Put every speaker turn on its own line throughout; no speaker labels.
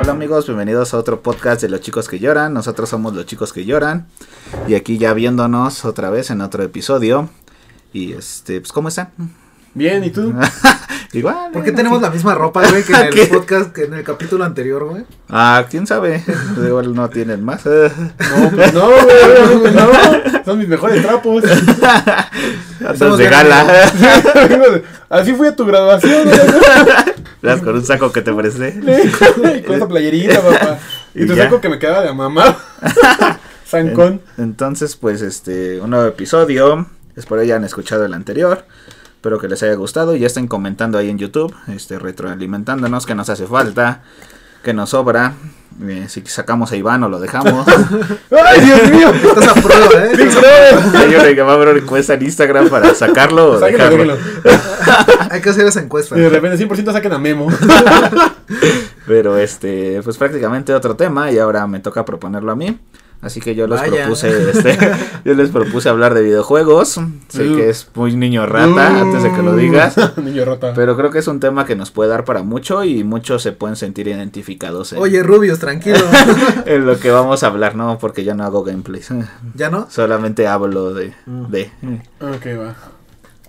Hola amigos, bienvenidos a otro podcast de Los Chicos que Lloran. Nosotros somos Los Chicos que Lloran. Y aquí ya viéndonos otra vez en otro episodio. Y este, pues ¿cómo están?
Bien, ¿y tú?
Igual.
¿Por qué
eh,
tenemos la misma ropa, güey, que en el
¿Qué?
podcast, que en el capítulo anterior, güey?
Ah, quién sabe. Igual no tienen más.
No, pues no, güey, no. Son mis mejores trapos.
Andas
Somos
de gala.
Así fui a tu graduación, güey.
Andas con un saco que te presté.
Y con esa playerita, papá. Y
Y
tu
ya.
saco que me quedaba de mamá. Sancón.
Entonces, pues este, un nuevo episodio. Espero hayan escuchado el anterior. Espero que les haya gustado y ya estén comentando ahí en YouTube, este, retroalimentándonos, que nos hace falta, que nos sobra. eh, si sacamos a Iván o lo dejamos.
¡Ay, Dios mío!
Estás a prueba, ¿eh?
Big Brother.
Hay una que va a haber una encuesta en Instagram para sacarlo o
Sáquenlo,
dejarlo.
sáquenlo.
Hay que hacer esa encuesta.
Y de repente 100% saquen a Memo.
Pero este, pues prácticamente otro tema y ahora me toca proponerlo a mí. Así que yo les
Vaya.
propuse, este, yo les propuse hablar de videojuegos. Sé
Mm.
que es muy niño
Uh.
rata antes de que lo digas.
Niño rata.
Pero creo que es un tema que nos puede dar para mucho y muchos se pueden sentir identificados en,
Oye, Rubios, tranquilo.
en lo que vamos a hablar, ¿no? Porque yo no hago gameplays.
¿Ya no?
Solamente hablo de...
Mm.
de. eh,
Ok, va.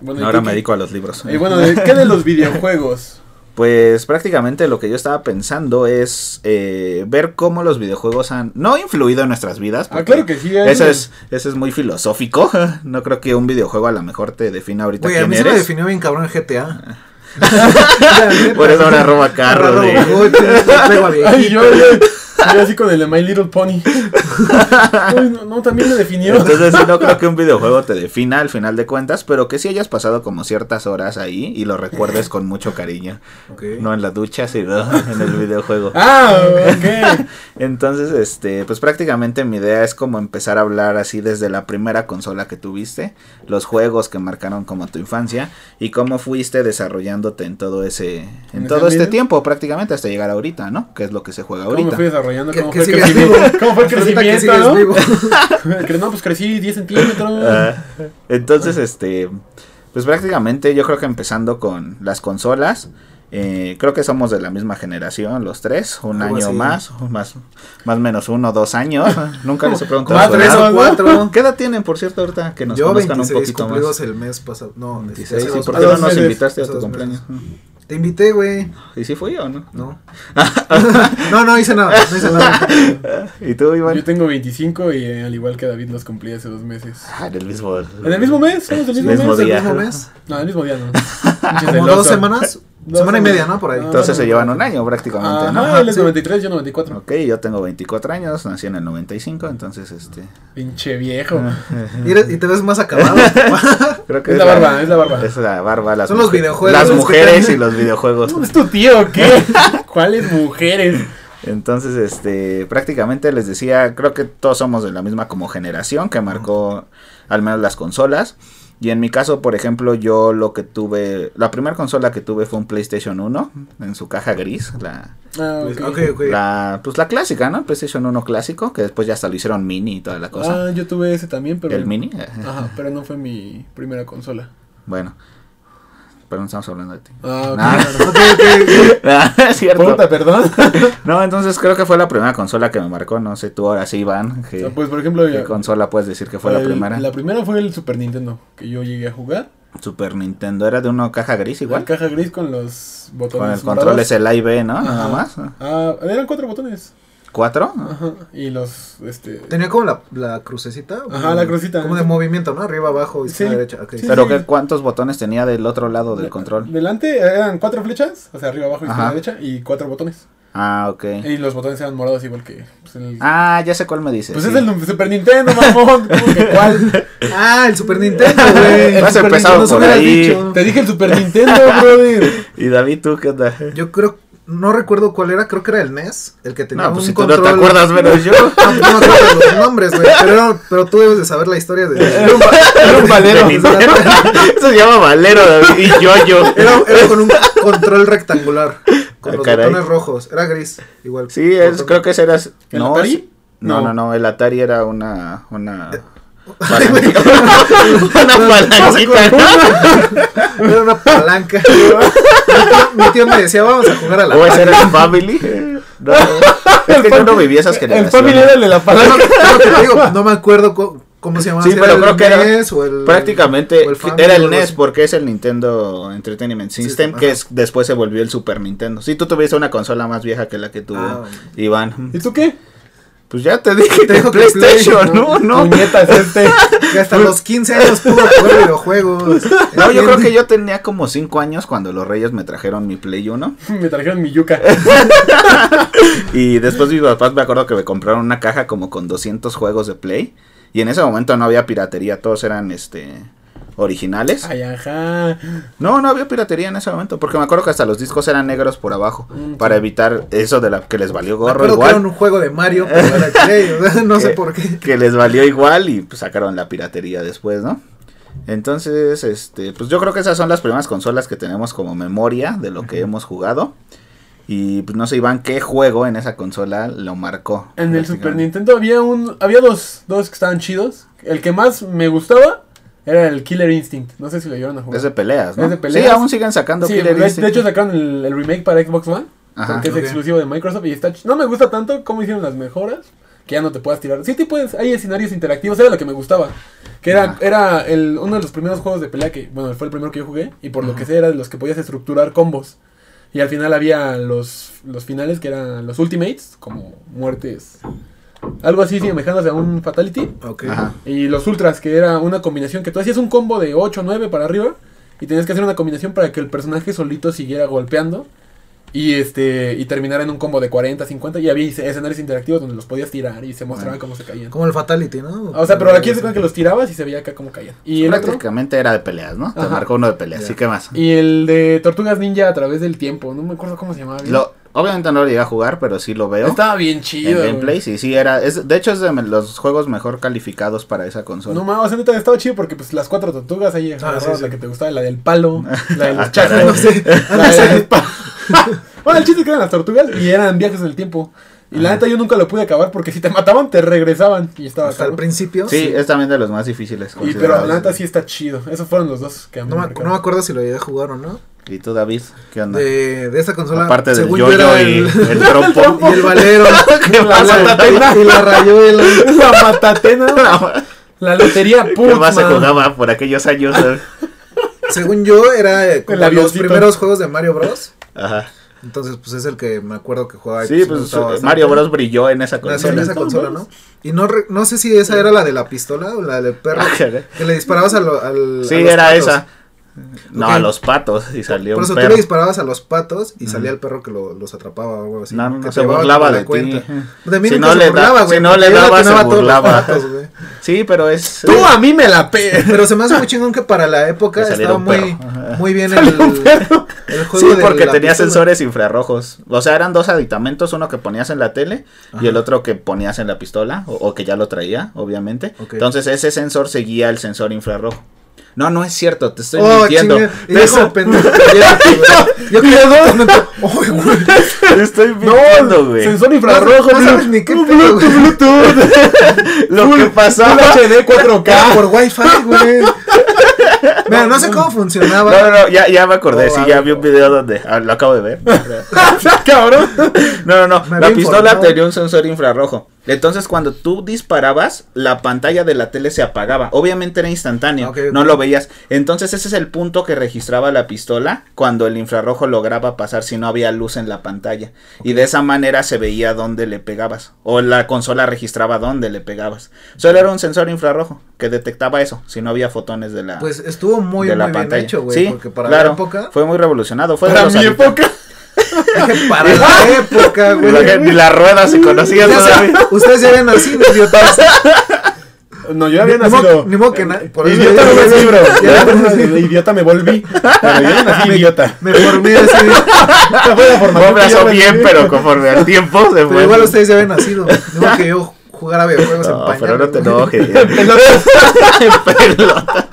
Bueno, ¿y
Ahora
tú
me
qué-
dedico a los libros.
Y bueno, ¿de ¿qué de los videojuegos?
Pues prácticamente lo que yo estaba pensando es eh, ver cómo los videojuegos han no influido en nuestras vidas.
Ah, claro que sí. hay
Eso
unos-
es, eso es muy filosófico. No creo que un videojuego a lo mejor te defina ahorita
Güey, a
quién
mí se me
eres. Ah.
definió bien cabrón en GTA.
Por eso ahora roba
Ahora
carro.
robo coches, los traigo a viejitos.
Ay, yo, yo, yo así con el de My Little Pony. Uy, no, no, también me definió.
Entonces sí, no creo que un videojuego te defina al final de cuentas, pero que sí hayas pasado como ciertas horas ahí y lo recuerdes con mucho cariño.
Ok.
No en la ducha, sino en el videojuego.
Ah, ok.
Entonces, este, pues prácticamente mi idea es como empezar a hablar así desde la primera consola que tuviste, los juegos que marcaron como tu infancia y cómo fuiste desarrollándote en todo ese, en
¿En
todo
ese
este
medio?
tiempo prácticamente hasta llegar ahorita, ¿no? Que es lo que se juega
¿Cómo me
ahorita.
fui desarrollando?
Que-
¿Cómo
que
fue el
sigas
crecimiento? ¿Cómo fue el
Resulta que
crecimiento?
sigues
¿no?
vivo.
Cre- No, pues crecí 10 centímetros.
Ah, entonces, este, pues prácticamente yo creo que empezando con las consolas, eh, creo que somos de la misma generación, los tres, un
Algo
año
así.
más, o más, más menos uno, dos años. Nunca les he preguntado.
Más
su
tres
edad.
o
cuatro.
¿Qué edad tienen, por cierto, ahorita? Que nos
Yo
conozcan
26
un poquito
cumplidos
más.
el mes pasado. No,
26,
hace
¿y
dos
por
a
qué no
dos
meses.
nos
meses,
invitaste a
hace
tu
dos
cumpleaños?
Te invité, güey.
¿Y si fui o no?
No. no, no hice nada, no hice nada.
¿Y tú, Iván?
Yo tengo 25 y eh, al igual que David los cumplí hace dos meses.
Ah, en el mismo...
¿En el mismo mes? ¿Somos del mismo,
Mismo
mes?
día.
¿El mismo mes?
No, en el mismo día no. Pinche
Como
celoso.
dos semanas.
Dos
semana y media,
semanas.
¿no? Por ahí.
No,
Entonces se llevan un año prácticamente,
Ajá,
¿no?
él es
sí.
93, yo 94.
Ok, yo tengo 24 años, nací en el 95, entonces este... ah, eh.
Pinche viejo.
Y, eres- y te ves más acabado.
Creo que
Es la barba, es la barba.
Es la barba, las
Son los
mujeres-
videojuegos
Las
los que
mujeres
te-
y los videojuegos.
¿Es tu tío o qué? ¿Cuáles mujeres?
Entonces, este, prácticamente les decía, creo que todos somos de la misma como generación que marcó al menos las consolas. Y en mi caso, por ejemplo, yo lo que tuve, la primera consola que tuve fue un PlayStation 1 en su caja gris, la,
Ah,
Pues, ok, ok.
la pues la clásica, ¿no? El PlayStation 1 clásico, que después ya hasta lo hicieron mini y toda la cosa.
Ah, yo tuve ese también, pero. Ah.
el mini. eh,
Ajá, pero no fue mi primera consola.
Bueno. Pero no estamos hablando de ti.
Ah, ok.
Nah.
claro.
Ok, ok.
es cierto.
Puta, perdón.
No, entonces creo que fue la primera consola que me marcó. No sé, tú ahora sí, Iván. que-
Ah, Pues, por ejemplo,
¿Qué
ya-
consola puedes decir que fue la
el-
primera?
La primera fue el Super Nintendo, que yo llegué a jugar.
Super Nintendo era de una caja gris
Igual.
igual.
caja gris con los botones.
Con el
morados.
control es el A y B, ¿no? Nada
Ajá.
más.
Ah, eran cuatro botones.
¿Cuatro?
Ajá. Y los, este.
Tenía como la, la crucecita.
Ajá, la crucita.
Como de movimiento, ¿no? Arriba, abajo, izquierda,
Sí.
derecha. ok.
Sí.
¿Pero ¿qué, cuántos botones tenía del otro lado del control?
Delante eran cuatro flechas, o sea, arriba, abajo, izquierda,
Ajá.
derecha, y cuatro botones.
Ah, ok.
Y los botones eran morados igual que pues, el...
Ah, ya sé cuál me dices.
Pues
sí.
es el Super Nintendo, mamón. ¿Cómo que cuál?
Ah, el Super Nintendo, güey. El
Has
Super
empezado
Nintendo, nos
por
hubieras
ahí.
dicho.
Te dije el Super Nintendo, brother.
¿Y David, tú qué onda?
Yo creo, no recuerdo cuál era, creo que era el NES, el que tenía
No, pues
un
si tú
control.
no te acuerdas menos yo.
No, pues, no me acuerdo de los nombres, güey, pero, pero tú debes de saber la historia de...
Era un, va- era un
De
valero.
Nintendo. Eso se llama Valero, David. Y yo, yo.
Era, era con un control rectangular, con
Ah,
los
caray.
botones rojos, era gris, igual.
Sí, es,
Botón-
creo que ese era.
¿El
no,
Atari?
sí. No, no,
No.
no, El Atari era una. Una.
Ay, güey,
palanquita. una palanquita.
Era una palanca. Mi tío- mi tío me decía, vamos a jugar a la
O ese
palanca.
era el Family. No, es que yo no viví esas
El
generaciones.
familiar era el de la
Claro,
palanca.
claro que te digo, no me acuerdo co- cómo se llamaba.
Sí,
si
pero
el
creo que era
o el-
Prácticamente
o el Family
era
o
el
algo
NES
así.
porque es el Nintendo Entertainment System
System,
que
ajá.
es, después se volvió el Super Nintendo. Si tú tuviste una consola más vieja que la que tuvo
Ah,
Iván,
¿Y tú qué?
pues ya te dije
Te
que
dijo que
PlayStation,
Play,
¿no?
¿no?
No, no,
Puñeta, es este.
pues.
Que hasta los 15 años pudo jugar videojuegos.
yo creo que yo tenía como 5 años cuando los Reyes me trajeron mi Play 1
Me trajeron mi yuca.
y después mis papás me acuerdo que me compraron una caja como con 200 juegos de Play y en ese momento no había piratería, todos eran este originales.
Ay, ajá.
No, no había piratería en ese momento, porque me acuerdo que hasta los discos eran negros por abajo,
Mm,
para evitar eso de la que les valió gorro
Creo que era
igual,
un juego de Mario, pero era Play, o sea,
Eh.
no sé por qué.
que les valió igual y pues, sacaron la piratería después, ¿no? Entonces, este, pues yo creo que esas son las primeras consolas que tenemos como memoria de lo que hemos jugado. Y pues no sé, Iván, qué juego en esa consola lo marcó.
En el Super
prácticamente?
Nintendo había un había dos, dos que estaban chidos. El que más me gustaba era el Killer Instinct. No sé si lo llegaron a jugar.
Es de peleas, ¿no?
Es de peleas.
Sí, aún siguen sacando
Sí,
Killer
de, de
Instinct.
hecho sacaron el, el remake para Xbox One.
Ajá.
porque es
Ok.
exclusivo de Microsoft y está ch- No me gusta tanto cómo hicieron las mejoras. Que ya no te puedas tirar. Sí te puedes, hay escenarios interactivos, era lo que me gustaba. Que era,
Ajá.
era el, uno de los primeros juegos de pelea que, bueno, fue el primero que yo jugué. Y por lo que sé era de los que podías estructurar combos. Y al final había los, los finales que eran los ultimates, como muertes. Algo así semejándose a un fatality.
Ok.
Ajá.
Y los ultras, que era una combinación que tú hacías un combo de 8 o 9 para arriba. Y tenías que hacer una combinación para que el personaje solito siguiera golpeando. Y este y terminara en un combo de 40, 50. Y había es- escenarios interactivos donde los podías tirar y se mostraba
Bueno.
cómo se caían.
Como el Fatality, ¿no?
O sea, pero aquí se cuenta que los tirabas y se veía acá cómo caían. Y el, otro,
prácticamente era de peleas, ¿no? Te
Ajá.
marcó uno de peleas,
Ya.
sí, ¿qué más?
y el de Tortugas Ninja a través del tiempo. No me acuerdo cómo se llamaba. bien.
Lo, obviamente no lo llegué a jugar, pero sí lo veo.
Estaba bien
en
chido.
gameplay, sí, sí, era. Es, de hecho, es de me- los juegos mejor calificados para esa
güey.
consola.
No mames, o sea, neta, estaba chido porque pues las cuatro tortugas ahí agarrabas
Ah, sí, sí.
la que te gustaba, la del palo, la de los
Ah, caray.
chacos.
No
La
sé.
de- bueno, el chiste es que eran las tortugas y eran viajes en el tiempo. Y la neta yo nunca lo pude acabar porque si te mataban te regresaban y estaba
Hasta el
cabrón.
principio.
sí, es también de los más difíciles.
Y pero la
considerados.
neta sí está chido. Esos fueron los dos que a mí
No me,
me
ac- no me
marcaron.
acuerdo si lo llegué a jugar o no.
¿Y tú, David? ¿Qué onda?
De, de esa consola.
Aparte del
según yo
yoyo
era
y el,
el-
trompo.
y el valero.
¿Qué pasa,
La-
Tatena?
y la rayuela.
La matatena, la lotería
¿Qué más se
Putman.
jugaba por aquellos años? eh?
Según yo, era eh, como
El
los
avioncito.
primeros juegos de Mario Bros.
Ajá.
Entonces, pues es el que me acuerdo que jugaba. y,
Sí,
me
pues
gustaba
eh,
bastante.
Mario Bros. brilló en esa
Nació en
consola.
esa consola, ¿no? Y no, re- no sé si esa era la de la pistola o la del perro. que le disparabas a lo- al.
Sí,
a los
era
patos.
esa. No,
Ok.
a los patos y salió
Por
un
eso
perro.
tú le disparabas a los patos y salía el perro que lo- los atrapaba o algo así.
No, no,
que
no,
te
se
llevaba
burlaba
como la
de ti.
De mí
Si
nunca
no
se
le da-
burlaba,
si
güey,
no
porque
le
yo
daba, se
atinaba a todos los
burlaba.
patos, güey.
Sí, pero es. eh,
Tú
ah,
a mí me la pe.
Pero se me hace muy chingón que para la
Que
época
saliera
estaba
un
muy,
perro. Ajá.
muy bien el,
Salió un perro.
el
Sí,
juego de
porque
la
tenía
pistola.
sensores infrarrojos. O sea, eran dos aditamentos, uno que ponías en la tele y el otro que ponías en la pistola, o, o que ya lo traía, obviamente.
Ok.
Entonces ese sensor seguía el sensor infrarrojo. No, no es cierto, te estoy
Oh,
mintiendo.
chinga. Y
Te,
yo como pendejo. Yo creo Uy, güey.
te estoy mintiendo,
No,
güey.
sensor
No
infrarrojo,
sabes- no
Bluetooth,
sabes ni qué pedo,
Bluetooth, Bluetooth,
Lo que
Full
pasaba.
HD
Era
4K.
por Wi-Fi, güey. Mira, no sé cómo funcionaba.
No, no, no, ya, ya me acordé,
Oh,
sí,
a
ya
ver.
vi un video donde ah, lo acabo de ver.
Cabrón.
No, no, no.
Me
La
había
pistola
informado.
tenía un sensor infrarrojo. Entonces, cuando tú disparabas, la pantalla de la tele se apagaba. Obviamente era instantáneo,
Ok, ok.
no lo veías. Entonces, ese es el punto que registraba la pistola cuando el infrarrojo lograba pasar si no había luz en la pantalla. Y de esa manera se veía dónde le pegabas. O la consola registraba dónde le pegabas. Solo era un sensor infrarrojo que detectaba eso, si no había fotones de la.
Pues estuvo muy,
de la
muy bien
pantalla.
hecho, güey.
Sí,
porque para
claro,
la época.
Fue muy revolucionado. Fue de
Para
los
mi
adit-
época.
Dije, para la época, güey.
Ni la- Ni la rueda se conocía
Ya sé,
todavía.
Ustedes ya habían nacido, idiotas.
No, yo había
Ni modo-
nacido.
ni modo que na- por eso
idiota
yo-
no
yo-
nací, bro.
yo-
Ya de idiota me volví. Pero yo no nací idiota.
Me formé así.
Esa fue la formación
No
que yo
abrazó
me
bien,
di.
pero conforme al tiempo se
Pero
fue.
igual ustedes ya habían nacido. Ni modo que yo jugara videojuegos en
No,
pañales.
pero no te
güey.
enojes. Pelota.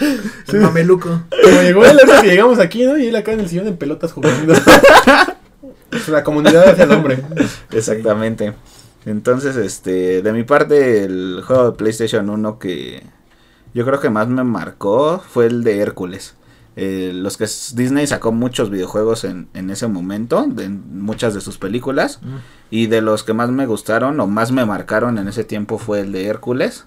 El mameluco.
Como llegó el otro que llegamos aquí, ¿no? Y él acá en el sillón en pelotas jugando. Es La comunidad hacia el hombre.
Exactamente. Entonces, este, de mi parte, el juego de PlayStation 1 que yo creo que más me marcó fue el de Hércules. eh, los que s- Disney sacó muchos videojuegos en, en ese momento, de- en muchas de sus películas,
Mm.
y de los que más me gustaron o más me marcaron en ese tiempo fue el de Hércules.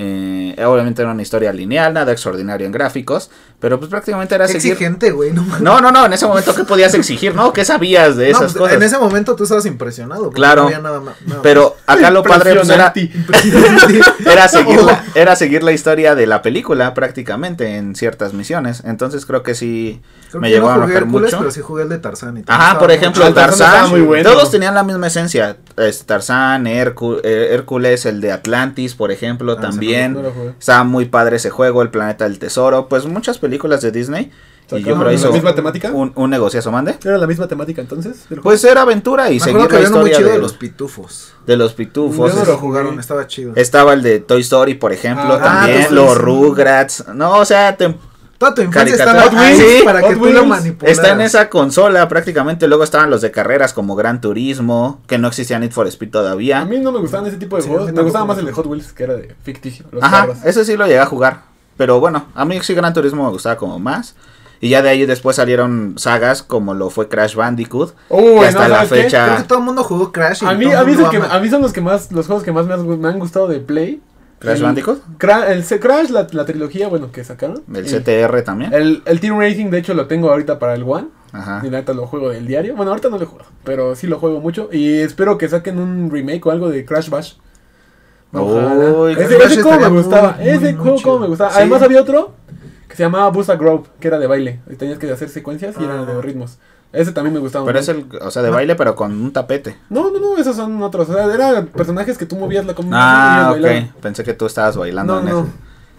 Eh, obviamente era una historia lineal, nada extraordinario en gráficos, pero pues prácticamente era seguir...
Exigente, güey. No, mames.
No, no, no, en ese momento ¿qué podías exigir, no? ¿Qué sabías de
No,
esas
pues,
cosas?
En ese momento tú estabas impresionado. porque
Claro.
No había nada más. nada más.
Pero acá lo padre pues, era,
Impresionante.
era seguir la, era seguir la historia de la película prácticamente en ciertas misiones. Entonces creo que sí
Creo
me
que yo
llegó
no
a
jugué
marcar
Hércules,
mucho.
pero sí jugué el de Tarzán. y también
Ajá,
estaba
por
muy
ejemplo,
el Tarzán
Tarzán.
estaba muy bueno.
Todos tenían la misma esencia. Es Tarzán, Hércu- eh, Hércules, el de Atlantis, por ejemplo,
Ah,
también.
no lo jugué.
Estaba muy padre ese juego, El Planeta del Tesoro. Pues muchas películas de Disney. Y yo
Sacaron
creo
la
hizo
misma temática.
un, un negociazo, mande.
¿Era la misma temática entonces? del
Pues era aventura y
Me acuerdo
seguir
que
la
había uno muy
historia
chido de
de
los
los,
pitufos.
de los pitufos.
Yo no
No
es-
lo
lo
jugué.
jugaron, estaba chido.
Estaba el de Toy Story, por ejemplo,
Ah,
también.
Toy Story,
los
sí.
Rugrats. No, o sea, te-
Toda tu infancia
Caricatura.
estaba
Hot
ahí
Wheels,
para que
Hot
tú lo
Wheels.
manipularas.
está en esa consola prácticamente. Luego estaban los de carreras como Gran Turismo, que no existía Need for Speed
A
todavía.
mí no me gustaban ese tipo de
Sí, a
juegos.
mí
Me gustaba
tampoco.
más el de Hot Wheels, que era de ficticio. Los
Ajá,
carros.
ese sí lo llegué a jugar. Pero bueno, a mí sí Gran Turismo me gustaba como más. Y ya de ahí después salieron sagas como lo fue Crash Bandicoot.
Uy,
que hasta
no,
la
¿sabes qué?
fecha.
Creo que todo el mundo jugó Crash. y
A mí,
todo el
a, mí es
mundo
el que-
ama.
a mí son los que más, los juegos que más me, has- me han gustado de Play.
Crash
El
Bandicoot.
Cra- el C- Crash, la, la trilogía, bueno, que sacaron.
El
Y
CTR también.
El, el Team Racing, de hecho, lo tengo ahorita para el One.
Ajá.
Y la neta lo juego del diario. Bueno, ahorita no lo he jugado, pero sí lo juego mucho. Y espero que saquen un remake o algo de Crash Bash. Ojalá.
Uy,
ese
Crash
ese
Bash
juego me
estaría muy,
gustaba.
muy,
ese
muy
juego
chido.
como me gustaba.
Sí.
Además había otro que se llamaba Busta Grove, que era de baile. Y tenías que hacer secuencias y era
Ah.
de ritmos. Ese también me gustaba.
Pero
mucho.
es el, o sea, de baile, pero con un tapete.
No, no, no, esos son otros. O sea, eran personajes que tú movías la comida.
Ah,
y ellos bailaban.
ok. Pensé que tú estabas bailando
No,
en
no,
eso.
no.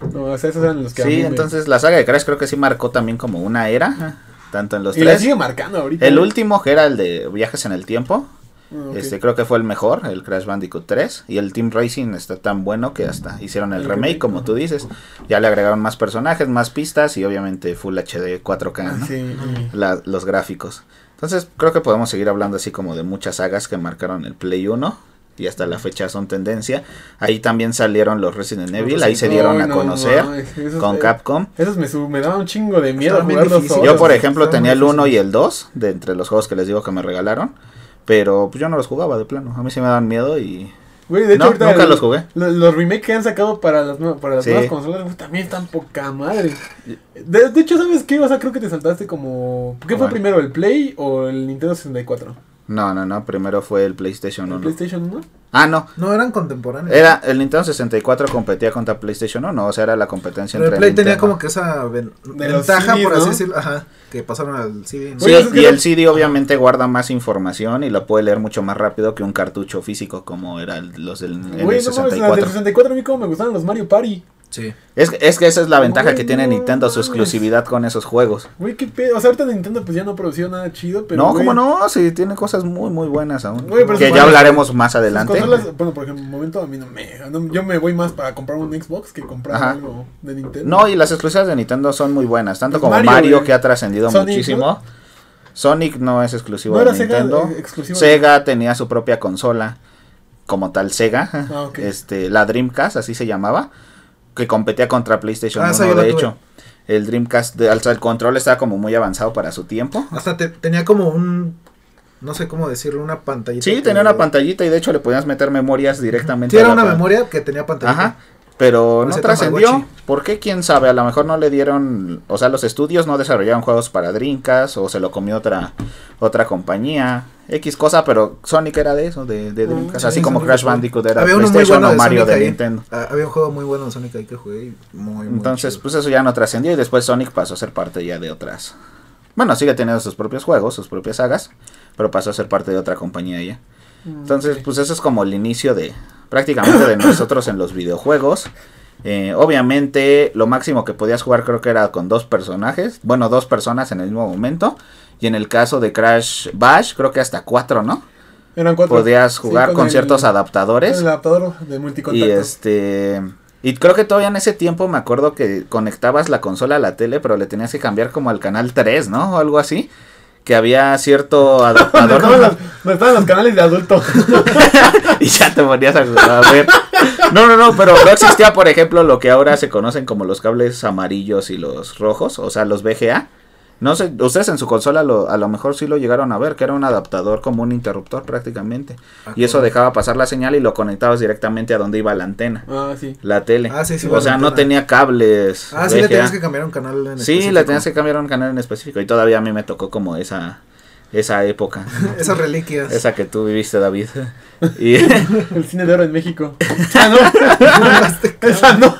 No, o sea, esos eran los que a mí
Sí,
me-
entonces la saga de Crash creo que sí marcó también como una era, tanto en los
Y la
tres.
sigue marcando ahorita.
El último que era el de viajes en el tiempo,
Ah, ok.
este creo que fue el mejor, el Crash Bandicoot 3 y el Team Racing está tan bueno que hasta hicieron el,
El
remake,
remake,
como
ajá.
tú dices. Ya le agregaron más personajes, más pistas y obviamente Full HD 4K, ¿no?
Ah, Sí, y-
La- los gráficos. Entonces creo que podemos seguir hablando así como de muchas sagas que marcaron el Play 1. Y hasta la fecha son tendencia. Ahí también salieron los Resident Evil. Ahí se dieron
Ay,
a
no,
conocer
mames, esos-
con
eh,
Capcom.
Esos me, su- me daban un chingo de miedo
Estaban bien
jugarlos
difíciles.
solos.
Yo, por
sí,
ejemplo,
están
tenía
muy
el 1 y
difíciles.
el 2 de entre los juegos que les digo que me regalaron. Pero pues yo no los jugaba de plano. A mí sí me daban miedo y.
Güey, de hecho,
No,
ahorita
nunca
el-
los jugué.
lo- Los, remakes que han sacado para las, nue- para las
Sí.
nuevas consolas güey, también están poca madre. De, de hecho, ¿sabes qué? O sea, creo que te saltaste como. ¿Qué fue
Bueno.
primero, el Play o el Nintendo 64?
No, no, no. Primero fue el PlayStation
¿El
1.
PlayStation 1?
Ah, no.
No, eran contemporáneos.
Era el Nintendo 64 competía contra PlayStation 1. O sea, era la competencia
Pero el
entre.
Play
Nintendo.
tenía como que esa ven-
De los
ventaja,
CDs,
por así
¿no?
decirlo. Ajá, que pasaron al CD. ¿no?
Sí,
Oye, eso es que
y
no-
el CD obviamente guarda más información y lo puede leer mucho más rápido que un cartucho físico como era el- los del en el
Güey, no mames, las del
64.
64 a mí como me gustaban los Mario Party.
Sí.
Es, es que esa es la ventaja
Güey,
que tiene
no
Nintendo, su
mames.
exclusividad con esos juegos.
Güey, qué pedo. O sea, ahorita Nintendo pues ya no produció nada chido, pero.
no,
güey,
como no, sí, tiene cosas muy, muy buenas aún.
Güey, pero
que
sus
ya
consolas-
hablaremos más
sus
adelante.
consolas, bueno, por ejemplo, en el momento a mí no me. no- yo me voy más para comprar un Xbox que comprar
Ajá.
algo de Nintendo.
No, y las exclusivas de Nintendo son muy buenas, tanto
Pues
como Mario,
Mario, güey.
que ha trascendido
Sonic,
muchísimo. Sonic no es exclusivo
¿No
de
era Sega,
Nintendo.
eh, exclusivo de-
Sega tenía su propia consola, como tal Sega,
Ah, ok.
este, la Dreamcast, así se llamaba, que competía contra PlayStation
Ah, esa
1,
yo la
de
tuve.
hecho. El Dreamcast, de, al- el control estaba como muy avanzado para su tiempo.
Hasta te- tenía como un. No sé cómo decirlo, una pantallita.
Sí,
que-
tenía una pantallita y de hecho le podías meter memorias directamente.
Sí,
a
era
la
una
pan-
memoria que tenía pantalla.
Ajá. Pero no
Parece
trascendió.
Tamagotchi.
¿Por qué? ¿Quién sabe? A lo mejor no le dieron, o sea, los estudios no desarrollaron juegos para Dreamcast o se lo comió otra otra compañía. X cosa, pero Sonic era de eso, de, de
Mm,
Dreamcast.
sí,
Así como
Sonic
Crash
fue-
Bandicoot era de
Había uno muy
PlayStation
bueno
o
de
Mario
Sonic
de
ahí.
Nintendo.
Ah, Había un juego muy bueno de Sonic ahí que jugué y muy, muy
Entonces,
chido.
pues eso ya no trascendió y después Sonic pasó a ser parte ya de otras. Bueno, sigue teniendo sus propios juegos, sus propias sagas, pero pasó a ser parte de otra compañía ya.
Mm,
Entonces,
ok.
pues eso es como el inicio de prácticamente de nosotros en los videojuegos. Eh, obviamente, lo máximo que podías jugar creo que era con dos personajes, bueno, dos personas en el mismo momento. Y en el caso de Crash Bash, creo que hasta cuatro, ¿no?
Eran cuatro.
Podías
Sí,
jugar con,
el-
ciertos
con
adaptadores.
El adaptador de
Y
multicontacto.
este. Y creo que todavía en ese tiempo me acuerdo que conectabas la consola a la tele, pero le tenías que cambiar como al canal 3, ¿no? O algo así. Que había cierto
¿Dónde
adaptador.
estaban, los, dónde estaban los canales de adulto?
y ya te ponías a, a ver. No, no, no, pero no existía, por ejemplo, lo que ahora se conocen como los cables amarillos y los rojos, o sea, los BGA. No sé, ustedes en su consola lo- a lo mejor sí lo llegaron a ver, que era un adaptador como un interruptor prácticamente.
Ah,
Y eso dejaba pasar la señal y lo conectabas directamente a donde iba la antena,
Ah, sí.
la tele.
Ah, sí, sí,
o
la
sea, no
antena.
tenía cables.
Ah, sí, le
VGA.
tenías que cambiar un canal en
Sí, le tenías
específico.
que cambiar un canal en específico. Y todavía a mí me tocó como esa, esa época. ¿no?
Esas reliquias.
Esa que tú viviste, David. Y
El cine de oro en México. Ah, no. Esa no.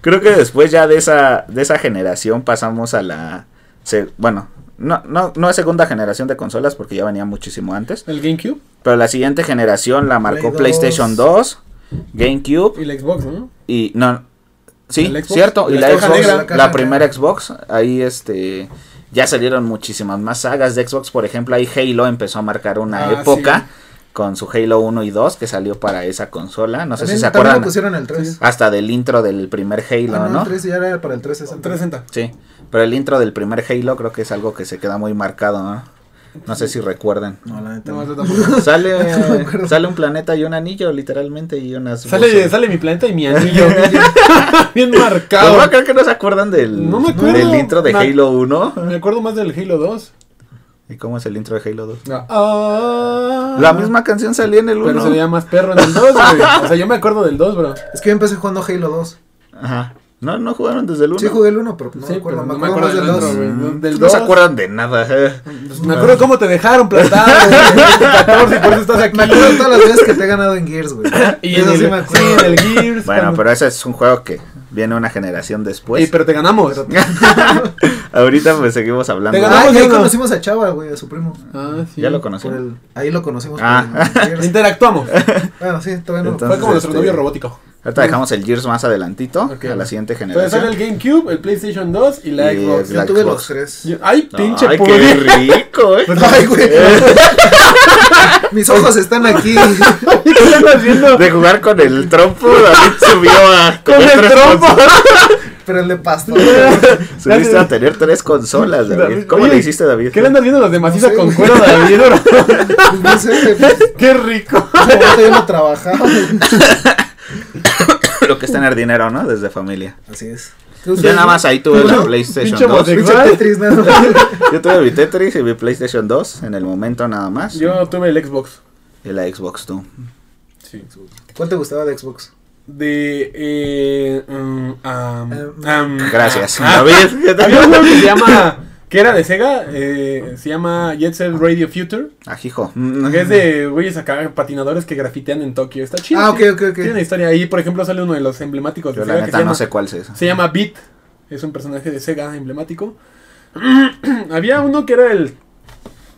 creo que después ya de esa, de esa generación pasamos a la. se- bueno, no, no, no a segunda generación de consolas porque ya venía muchísimo antes.
El GameCube
Pero la siguiente generación la marcó
Play dos.
PlayStation 2, GameCube
y la Xbox, ¿no?
y. No, sí,
El Xbox,
cierto. Y
la
la,
caja
Xbox,
negra.
la,
La caja
primera
negra.
Xbox. Ahí este. Ya salieron muchísimas más sagas de Xbox. Por ejemplo, ahí Halo empezó a marcar una
Ah,
época. Con su Halo 1 y 2 que salió para esa consola. No sé
También-
si se
también
acuerdan.
lo pusieron el 3.
Hasta del intro del primer Halo,
Ah, no,
¿no?
el 3 ya era para el 360.
360.
Sí, pero el intro del primer Halo creo que es algo que se queda muy marcado, ¿no? No sé si recuerden.
No, la neta.
No,
no.
eso tampoco.
Sale, sale un planeta y un anillo, literalmente, y unas...
Sale,
voces.
sale mi planeta y mi anillo. Bien
Pues,
marcado.
bueno, creo que no se acuerdan del,
No me acuerdo.
del intro de
Na-
Halo 1.
Me acuerdo más del Halo 2.
¿Y cómo es el intro de Halo 2?
Ah.
La misma canción salía en el
Pero
1.
se veía más perro en el 2, güey. O sea, yo me acuerdo del 2, bro.
Es que yo empecé jugando Halo 2.
Ajá. No, no jugaron desde el 1.
Sí jugué el 1, pero no
Sí,
me acuerdo.
pero
me acuerdo más del
del otro,
2.
güey. Del
No se
2.
acuerdan de nada. eh.
Pues me acuerdo cómo te dejaron plantado, güey. en el 14 y por eso estás aquí.
Me acuerdo todas las veces que te he ganado en Gears, güey.
Y en
Eso
el,
sí me acuerdo.
sí, en el Gears.
Bueno,
cuando-
pero ese es un juego que viene una generación después.
Ey, pues, pero te ganamos.
Ahorita pues seguimos hablando.
Te
de-
ganó-
Ah,
ganamos
y ahí
uno.
conocimos a Chava, güey, a su primo.
Ah, sí.
Ya lo conocí.
Por el, ahí lo conocimos. por
Ah.
el Gears.
Interactuamos.
Bueno, sí, todavía no.
Entonces-
Fue como nuestro
este-
novio robótico.
Ahorita dejamos el Gears más adelantito
Ok.
a la siguiente
Entonces sale
generación.
el GameCube, el PlayStation 2 y la
Y
Xbox.
el-
yo tuve
Xbox.
los tres.
Yo- Ay,
No,
pinche Pues
ay, qué
pobre.
rico, eh.
Ay, güey. Mis ojos están aquí.
¿Qué estás haciendo?
De jugar con el trompo, David subió a
Con
tener
el
tres
trompo.
consolas.
Pero el de pasto.
Subiste a tener tres consolas, David.
David,
¿Cómo
oye,
le hiciste, David?
¿Qué le andas viendo a los de maciza
sé,
con
güey.
cuero David? bro?
No sé, güey, pues,
Qué rico.
ese momento yo no trabajaba.
Lo que es tener dinero, ¿no? Desde familia.
Así es.
Yo nada más ahí tuve la
Pinche
PlayStation 2.
bodega.
Pinche Tetris, nada más.
Yo tuve mi Tetris y mi PlayStation 2 en el momento nada más.
Yo tuve el Xbox.
Y la Xbox 2.
Sí.
¿Cuál te gustaba de Xbox?
De. Eh, mm, am,
Em,
am,
Gracias,
ah, ah.
David.
Había un juego que se llama. Que era de Sega. eh, se llama Jet Set Radio Future.
Ajijo.
Que es de güeyes acá patinadores que grafitean en Tokio. Está chido.
Ah, ok, ok, ok.
Tiene una historia ahí. Por ejemplo, sale uno de los emblemáticos
Yo
de
la
Sega. Que se,
neta no
llama,
sé cuál es eso.
se llama Beat. Es un personaje de Sega emblemático. Había uno que era el.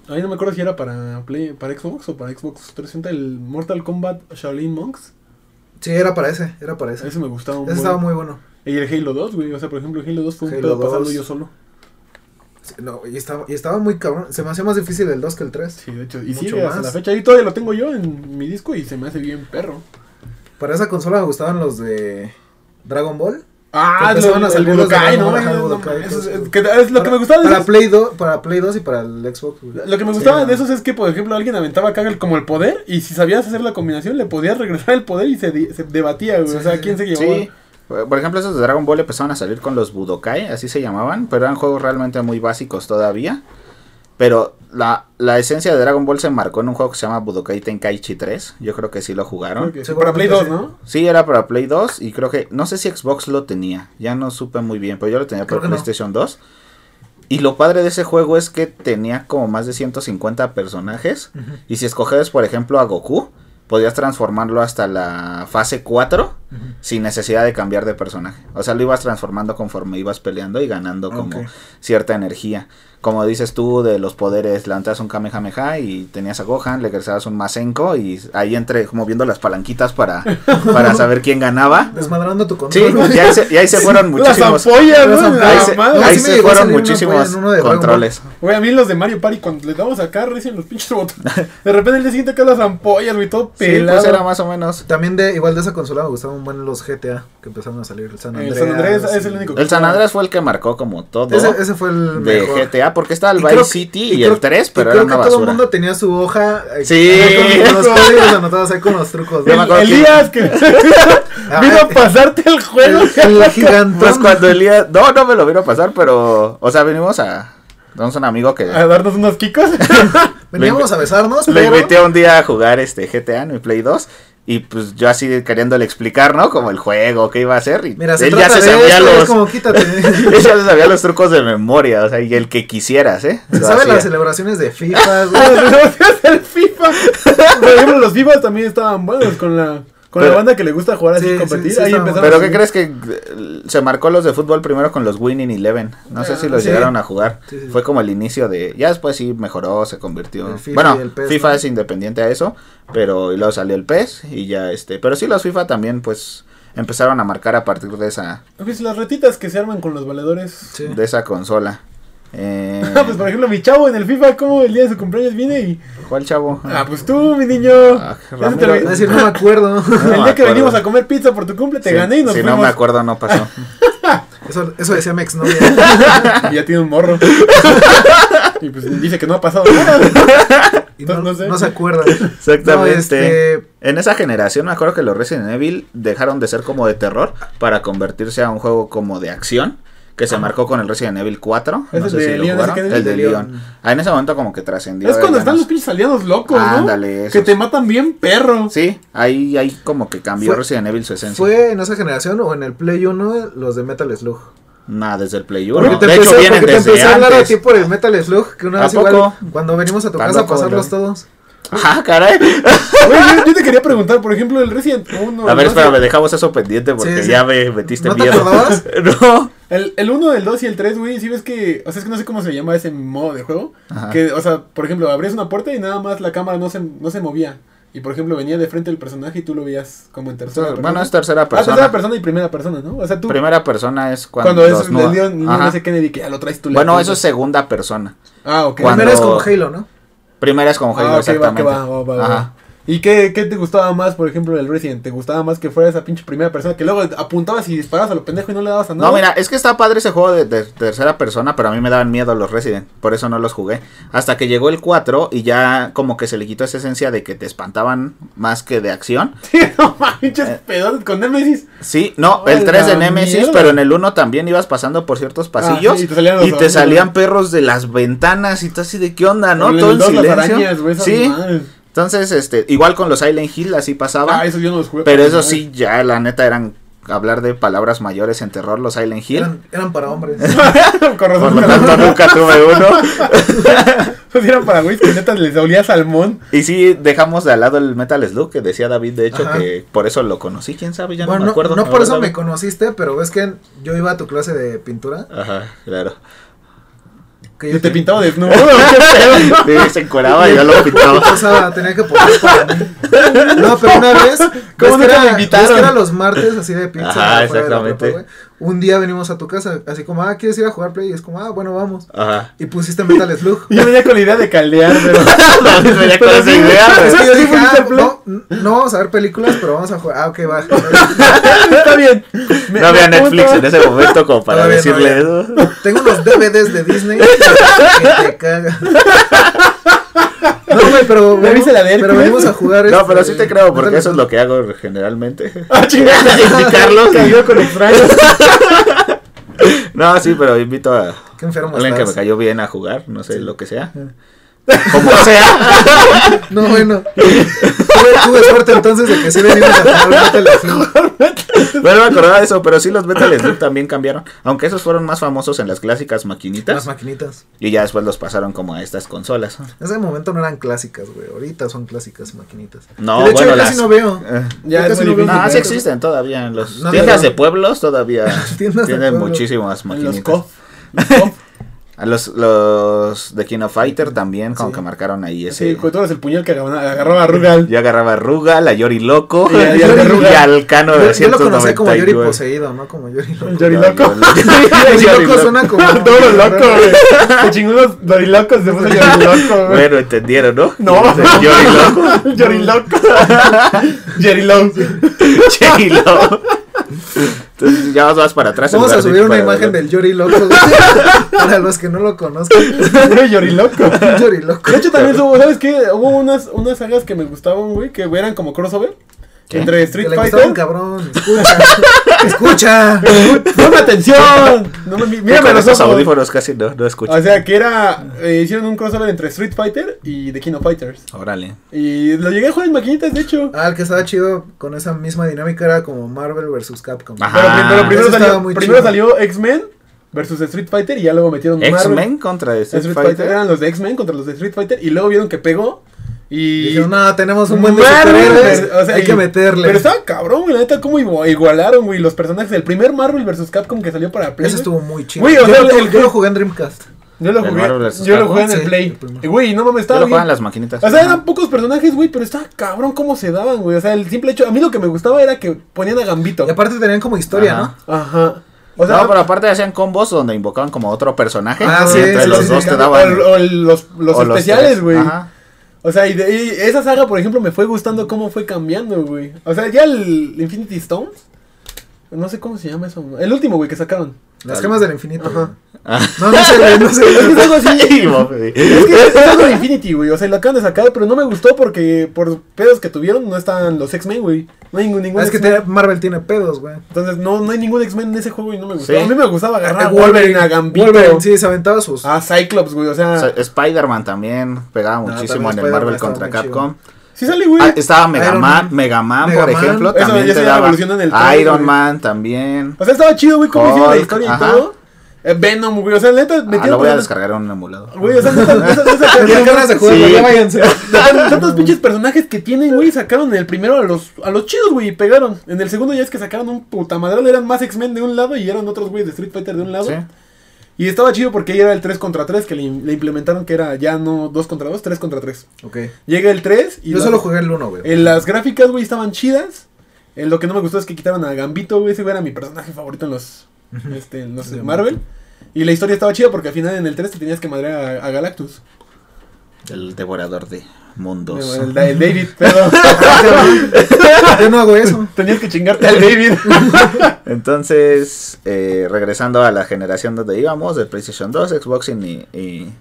Ahí no me acuerdo si era para, Play, para Xbox o para Xbox 360. El Mortal Kombat Shaolin Monks.
Sí, era para ese, era para ese.
Ese me gustaba un
Ese estaba
buen.
muy bueno.
Y el Halo 2, güey. O sea, por ejemplo, el Halo 2 fue un
Halo
pedo pasarlo
2.
yo solo.
Sí, No, y estaba, y estaba muy cabrón. Se me hacía más difícil el 2 que el 3.
Sí, de hecho. Y
Mucho
sí, hasta
más.
la fecha. Ahí todavía lo tengo yo en mi disco y se me hace bien perro.
Para esa consola me gustaban los de Dragon Ball.
Ah, lo,
Que empezaban a
el
salir los
Budokai,
de
¿no?
Dragon Ball,
Ay,
ajá,
no,
Budokai,
mames,
todo
es-
eso.
es que es lo que me gustaba de
Para
esos-
Play 2, para Play 2 y para el Xbox. güey.
Lo que me gustaba
Sí,
de
no.
esos es que, por ejemplo, alguien aventaba acá el- como el poder y si sabías hacer la combinación, le podías regresar el poder y se, di- se debatía, güey.
Sí,
o sea,
sí,
¿quién se llevó?
Sí. eh, Por por ejemplo, esos de Dragon Ball empezaron a salir con los Budokai, así se llamaban, pero eran juegos realmente muy básicos todavía. Pero la, la esencia de Dragon Ball se marcó en un juego que se llama Budokai Tenkaichi 3. Yo creo que sí lo
Creo
jugaron.
que sí,
Seguramente
para Play 2,
sí.
¿no?
Sí, era para Play 2 y creo que, no sé si Xbox lo tenía, ya no supe muy bien, pero yo lo tenía
Creo
para
que no.
PlayStation 2. Y lo padre de ese juego es que tenía como más de 150 personajes.
Ujú.
Y si escoges, por ejemplo, a Goku, podías transformarlo hasta la fase 4
Ujú.
sin necesidad de cambiar de personaje. O sea, lo ibas transformando conforme ibas peleando y ganando como
Ok.
cierta energía. Como dices tú de los poderes, lanzas un Kamehameha y tenías a Gohan, le regresabas un Masenko y ahí entre moviendo las palanquitas para, para saber quién ganaba.
Desmadrando tu
Sí,
control. güey.
y ahí se, y ahí se fueron
Las
muchísimos.
ampollas,
Las
¿no?
ampollas.
Ahí
La
se,
madre.
Ah,
ahí
sí me
se
llegó a
fueron
salir una
muchísimos
ampolla en uno de Dragon
controles.
Güey, a mí los de Mario Party, cuando les damos acá, recién los pinches botones. De repente el día siguiente acá las ampollas, güey, todo
Sí,
pelado.
pues era más o menos.
También de, igual de esa consola me gustaban un buen los GTA que empezaron a salir. El San
El
Andreas.
San Andreas es el
y-
único
El San Andrés fue el que marcó como todo
Ese, ese fue el
de
mejor.
GTA, porque estaba el
Y
Vice
creo que-
City
y
y,
creo-
el 3, pero era
y creo
una
que todo el
basura.
mundo tenía su hoja. eh,
Sí.
ahí Con los códigos anotados ahí con los trucos.
Yo me
El,
acuerdo
el
que-
día que
Ah,
vino a pasarte el juego.
El, el gigantón.
Pues cuando el día... No, no me lo vino a pasar, pero... O sea, venimos a... Tenemos un amigo que...
A darnos unos kikos.
Veníamos a besarnos,
Lo
pero...
invité un día a jugar este GTA en mi Play 2 y pues yo así queriéndole explicar, ¿no? Como el juego, qué iba a hacer y
Mira, se
él ya
trata
se
de
sabía
esto, es
los
como quítate.
él ya se sabía los trucos de memoria, o sea, y el que quisieras, ¿eh?
Se
Lo
sabe
hacía.
las celebraciones de FIFA, güey.
el FIFA. Por ejemplo, los FIFA también estaban buenos con la, con
Pero-
la banda que le gusta jugar así
Sí,
y competir.
sí, sí,
ahí
estaban
empezaron.
Pero
buenos.
¿qué crees que eh, se marcó los de fútbol primero con los Winning Eleven? No sé
Ah,
si los
sí.
llegaron a jugar.
Sí, sí, sí.
Fue como el inicio de... Ya después sí mejoró, se convirtió...
El FIFA
bueno,
y el PES,
FIFA
¿no?
es independiente a eso, pero y luego salió el PES y ya este... Pero sí los FIFA también pues empezaron a marcar a partir de esa...
Pues las retitas que se arman con los valedores.
Sí.
de esa consola. Eh,
Ah, pues por ejemplo, mi chavo en el FIFA, como el día de su cumpleaños viene y.
¿Cuál chavo?
Ah, pues tú, mi niño.
Ah,
Ya se
Ramiro,
te
Es
olvidó.
decir, no me acuerdo.
no me
el día que
acuerdo.
venimos a comer pizza por tu cumple, te
Sí,
gané y nos
Si
fuimos.
no me acuerdo, no pasó.
Eso, eso decía mi exnovia.
Y ya tiene un morro. y pues dice que no ha pasado nada.
Y no,
No sé.
no se acuerda. No,
Exactamente.
este,
En esa generación me acuerdo que los Resident Evil dejaron de ser como de terror para convertirse a un juego como de acción. Que se marcó con el Resident Evil 4.
Ah. Es
no
el
sé
de
si lo
Leon, ese
jugaron.
que es
El de Leon.
Leon.
Ah, en ese momento como que trascendió.
es cuando
al
están los
menos.
pinches aliados locos, ¿no?
Ándale,
que
esos.
te matan bien perro.
Sí, ahí, ahí como que cambió
Fue-
Resident Evil su esencia.
¿Fue en esa generación o en el Play 1 los de Metal Slug?
Nah, desde el Play 1.
Porque te
De hecho,
empecé,
vienen
porque te
desde
empecé a hablar a
antes.
ti por el Metal Slug, que una
¿A
vez
poco?
igual, cuando venimos a tu
Está
casa a
loco,
pasarlos
¿no?
todos.
Ah, caray.
Güey, yo, yo te quería preguntar, por ejemplo, el Resident 1.
A ver,
el dos,
espérame, dejamos eso pendiente porque
Sí, sí.
ya me metiste
¿No te
miedo.
acordabas?
no.
El, el 1, el 2 y el 3, güey, si ves que. O sea, es que no sé cómo se llama ese modo de juego.
Ajá.
Que, o sea, por ejemplo, abrías una puerta y nada más la cámara no se, no se movía. Y por ejemplo, venía de frente el personaje y tú lo veías como en tercera persona.
Bueno, es tercera
Ah,
persona.
tercera persona y primera persona, ¿no? O sea, tú.
Primera persona es cuando,
cuando es
desnuda.
el Leon, Leon
Ajá.
S. Kennedy que ya lo traes tú.
Bueno,
lejos.
eso es segunda persona.
Ah, ok.
Cuando-
Primero es como Halo, ¿no?
Primera es como Halo,
Ah, ok, va, que
exactamente.
va, va, va, va.
Ajá.
¿Y qué, qué te gustaba más, por ejemplo, del Resident? ¿Te gustaba más que fuera esa pinche primera persona que luego apuntabas y disparabas a lo pendejo y no le dabas a nada?
No, mira, es que está padre ese juego de, de tercera persona, pero a mí me daban miedo los Resident, por eso no los jugué. Hasta que llegó el 4 y ya como que se le quitó esa esencia de que te espantaban más que de acción.
no
Eh.
manches, pedones con Nemesis.
Sí, no,
Ay,
el 3 de
la
Nemesis,
mierda.
pero en el 1 también ibas pasando por ciertos pasillos
Ah, sí, y te salían los
y te
zombies,
salían
¿no?
perros de las ventanas y tú así de qué onda, Ah, ¿no?
Con el
Todo en
dos,
silencio.
Las arañas, güey, esas
sí,
madres.
entonces, este, igual con los Silent Hill así pasaba,
Ah, eso yo no los jugué.
pero eso sí, ya la neta eran hablar de palabras mayores en terror los Silent Hill.
Eran, eran para hombres.
Con
Por
razón,
lo
me
tanto
la-
nunca tuve uno.
esos eran para güeyes que neta les olía salmón.
Y sí, dejamos de al lado el Metal Slug, que decía David, de hecho,
Ajá.
que por eso lo conocí, quién sabe, ya
bueno,
no me acuerdo.
no, por eso me
David.
conociste, pero ves que yo iba a tu clase de pintura.
Ajá, claro.
Que
Y
yo
te pintaba desnudo.
Sí, se encueraba y yo lo pintaba.
O sea, tenía que poner para mí. No, pero una vez.
¿Cómo
ves que
nunca me
era,
invitaron?
ves que era los martes así de pizza.
Ajá,
afuera de la
exactamente.
prepa, güey. un día venimos a tu casa, así como, ah, ¿quieres ir a jugar play? Y es como, ah, bueno, vamos.
Ajá.
Y pusiste Metal Slug.
Yo venía con la idea de caldear, pero.
David venía con
Pero
esa
sí,
idea, pues,
pero
güey.
Es que yo
Sí,
dije,
pusiste
ah,
play.
no, no vamos a ver películas, pero vamos a jugar. Ah, ok, va.
Está bien. Me-
No había
me apunto.
Netflix en ese momento como para
Todavía no
decirle eso.
Tengo unos DVDs de Disney que te cagan. No, güey, pero,
¿Ya viste la de
pero
Hércules?
venimos a jugar.
No,
este,
pero sí te creo, porque
Metal
eso es
Slug.
lo que hago generalmente.
Ah, chingada.
Indicarlos.
Cayó con extraños.
No, sí, pero invito a
Qué enfermo
alguien que me
estás.
cayó bien a jugar, no sé, lo que sea. Como sea.
No, bueno. Tuve, tuve suerte entonces de que sí venimos a jugar Metal Slug.
No me acordaba de eso, pero sí los Metal Slug también cambiaron. Aunque esos fueron más famosos en las clásicas
Las
maquinitas.
maquinitas.
Y ya después los pasaron como a estas consolas.
En ese momento no eran clásicas, güey. Ahorita son clásicas maquinitas.
No,
Y de hecho,
bueno,
yo casi
las-
no veo.
Eh,
Ya
Yo
es
casi
muy
veo
difícil.
No,
videos.
sí existen todavía. En los
No,
tiendas
pero-
de pueblos todavía
Tiendas de
tienen
pueblos.
muchísimas
En Los
maquinitas.
COF. Los cof.
A los, los de King of Fighter también, como
Sí.
que marcaron ahí ese.
Sí, tú eres el puñal que agarraba agarraba a Rugal.
Yo agarraba a Ruga, la Yori Loco
Y a-
y,
y al de Ruga.
al Cano
Yo,
de
yo lo conocía como Yori
199.
poseído, ¿no? Como Yori loco.
El Yoriloco.
Yori
Yori
Loco.
loco suena como.
Todo loco, güey. Se chingó unos dorilocos, se puso yoriloco, güey.
Bueno, entendieron, ¿no?
No,
Yori Loco.
Yoriloco. Yoriloco.
Chilo. Entonces ya vas, vas para atrás. en
Vamos a
lugar de
subir una
para
imagen
adelante.
del Yori Loco. güey. Para los que no lo conozcan,
Lloriloco.
Yori Loco.
De hecho, también hubo, ¿sabes qué? Hubo unas, unas sagas que me gustaban, güey, que eran como crossover.
¿Qué?
Entre
Que
Street
le gustaba un
Fighter.
cabrón. Escucha. Escucha.
¡Ponme atención! No me,
Mira,
mírame los
esos
ojos.
audífonos casi no, no escucho.
O sea, que era. eh, hicieron un crossover entre Street Fighter y The King of Fighters.
Órale.
Y lo llegué a jugar en maquinitas, de hecho.
Ah, el que estaba chido con esa misma dinámica era como Marvel vs Capcom.
Ajá.
Pero, pri- pero primero,
Eso estaba
salió,
muy
primero
chido.
salió X-Men versus Street Fighter y ya luego metieron Marvel.
X-Men contra Street,
Street Fighter.
Fighter.
Ah,
Eran los de X-Men contra los de Street Fighter y luego vieron que pegó. Y.
Dijeron, no, tenemos un buen de
Marvel,
superhéroes,
o sea,
hay
y-
que meterle.
Pero estaba cabrón, güey. La neta, cómo igu- igualaron, güey, los personajes. El primer Marvel vs. Capcom que salió para Play.
Ese
güey,
estuvo muy chido.
Güey, o
yo,
sea,
lo,
el-
yo lo jugué en Dreamcast.
Yo lo
El
jugué,
Marvel vs.
yo lo jugué en
Capcom,
el
sí,
Play.
el primero.
Y, Güey, no mames,
Yo
estaba
lo
bien.
juegan las maquinitas.
O sea, eran pocos personajes, güey, pero estaba cabrón cómo se daban, güey. O sea, el simple hecho. A mí lo que me gustaba era que ponían a Gambito.
Y aparte tenían como historia,
Ajá.
¿no?
Ajá. O sea,
no, pero aparte hacían combos donde invocaban como otro personaje.
Ah,
y
sí,
entre
sí,
los
sí,
dos
sí.
te daban.
O, o los, los
o los
especiales,
tres.
güey.
Ajá.
O sea, y, de- y esa saga, por ejemplo, me fue gustando cómo fue cambiando, güey. O sea, ya el Infinity Stones. No sé cómo se llama eso. El último, güey, que sacaron.
Las gemas del infinito.
Ajá.
güey. No, no sé, güey, no
Es que
sé.
es algo así.
Y Bob, sí.
Es que es algo de Infinity, güey. O sea, lo acaban de sacar, pero no me gustó porque por pedos que tuvieron no están los X-Men, güey. No hay ningún, ningún
Ah, Es que
X-Men.
tiene- Marvel tiene pedos, güey.
Entonces, no, no hay ningún X-Men en ese juego y no me gustó.
Sí.
A mí me gustaba agarrar a
Wolverine,
Wolverine, a Gambito, Ah,
Wolverine, sí, se aventaba sus.
a Cyclops, güey. O sea,
O sea, Spider-Man también pegaba muchísimo
también
en el Marvel
Spider-Man
contra
estaba muy
Capcom.
sí sale, güey.
Ah, estaba Mega
Iron
Man,
Man.
Mega Man,
Mega
por
Man.
ejemplo,
Eso
también
ya
te
se llama
daba
evolución en el tren,
Iron
güey.
Man también.
O sea, estaba chido, güey, cómo hicieron la
Hulk,
historia
ajá.
y todo. Eh, Venom, güey. O sea, neta,
Ah,
metieron
lo voy a
personas-
descargar en un emulador.
Güey, o sea, neta, neta, neta,
Tenían ganas de
sacaron-
jugarlo,
Sí.
ya váyanse.
sacaron tantos pinches personajes que tienen, güey. Sacaron en el primero a los, a los chidos, güey, y pegaron. En el segundo ya es que sacaron un puta madral. Eran más X-Men de un lado y eran otros, güey, de Street Fighter de un lado.
Sí.
Y estaba chido porque ahí era el 3 contra 3 que le, le implementaron que era ya no 2 contra 2, 3 contra 3.
Ok.
Llega el 3 y
Yo
las-
solo jugué el 1, güey.
en las gráficas, güey, estaban chidas. En lo que no me gustó es que quitaron a Gambito, güey. Ese güey era mi personaje favorito en los, este, en los
Sí,
de Marvel. Y la historia estaba chida porque al final en el 3 te tenías que madrear a, a Galactus.
El devorador de mundos.
El, da- el David, perdón.
Yo no hago eso.
tenías que chingarte al David.
Entonces, eh, regresando a la generación donde íbamos, del PlayStation 2, Xbox y, y,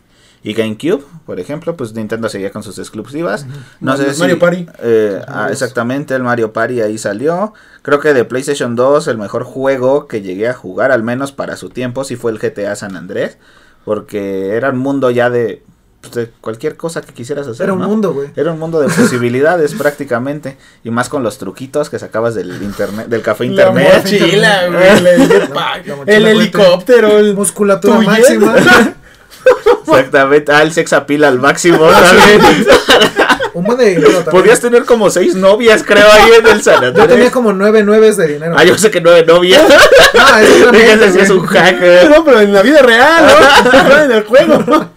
y GameCube, por ejemplo, pues Nintendo seguía con sus exclusivas. No sé
Los
si-
Mario Party.
eh, ah, exactamente, el Mario Party ahí salió. Creo que de PlayStation 2 el mejor juego que llegué a jugar, al menos para su tiempo, sí fue el GTA San Andrés, porque era un mundo ya de, pues, de cualquier cosa que quisieras hacer.
Pues Era un
¿no?
mundo, güey.
Era un mundo de posibilidades prácticamente. Y más con los truquitos que sacabas del internet, del café
La
internet.
mochila, güey. el- el-
la
El,
mochila cuenta.
helicóptero. El
Musculatura
tuyet.
máxima.
Exactamente. Ah, el sex appeal al máximo también.
Un buen de dinero también.
Podías tener como seis novias, creo, ahí en el San
Yo tenía
Andrés.
como nueve nueves de dinero.
Ah, yo sé que nueve novias.
Ah, es otra
Fíjense si
mente,
es un
güey.
hacker.
No, pero en la vida real, ¿no? No en el juego.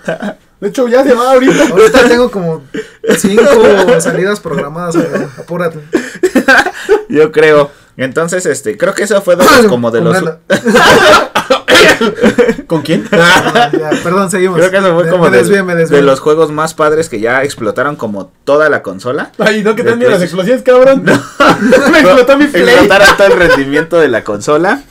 De hecho, ya se va ahorita.
Ahorita tengo como cinco salidas programadas, güey. Apúrate.
Yo creo. Entonces, este, creo que eso fue de los- como de los.
Comprendo.
¿Con quién?
Ah, ya, perdón, seguimos.
Creo que eso fue
Me-
como
me
de,
desvié, me desvié.
de los juegos más padres que ya explotaron como toda la consola.
Ay, no, que te
De
dan miedo las
PlayStation.
explosiones, cabrón. Me explotó mi play.
Explotaron todo el rendimiento de la consola.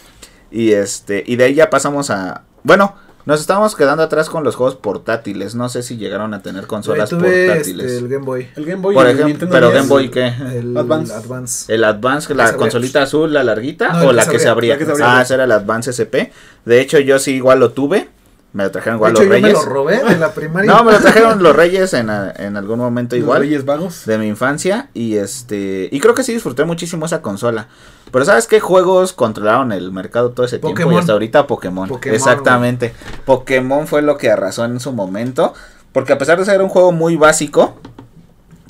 Y este. Y de ahí ya pasamos a. Bueno, nos estamos quedando atrás con los juegos portátiles. No sé si llegaron a tener
Güey,
consolas
tuve
portátiles.
este, el Game Boy.
El Game Boy
Por
y el
ejemplo,
Nintendo
pero
DS.
Game Boy qué? Eh,
El
Advance.
Advance.
El Advance,
que
la
se abría.
consolita azul, la larguita,
No,
o
el que
la
se
que se
abría,
abría.
la que se
Ah,
abría.
ese era el Advance SP. De hecho, yo sí igual lo tuve. Me lo trajeron
De
igual
hecho,
los
yo me
Reyes.
lo robé de la primaria.
No, me lo trajeron los Reyes en, a- en algún momento
Los
igual.
Reyes Vagos.
de mi infancia y este y creo que sí disfruté muchísimo esa consola. Pero ¿sabes qué juegos controlaron el mercado todo ese tiempo y
Pokémon.
hasta ahorita Pokémon?
Pokémon,
Exactamente. Pokémon fue lo que arrasó en su momento, porque a pesar de ser un juego muy básico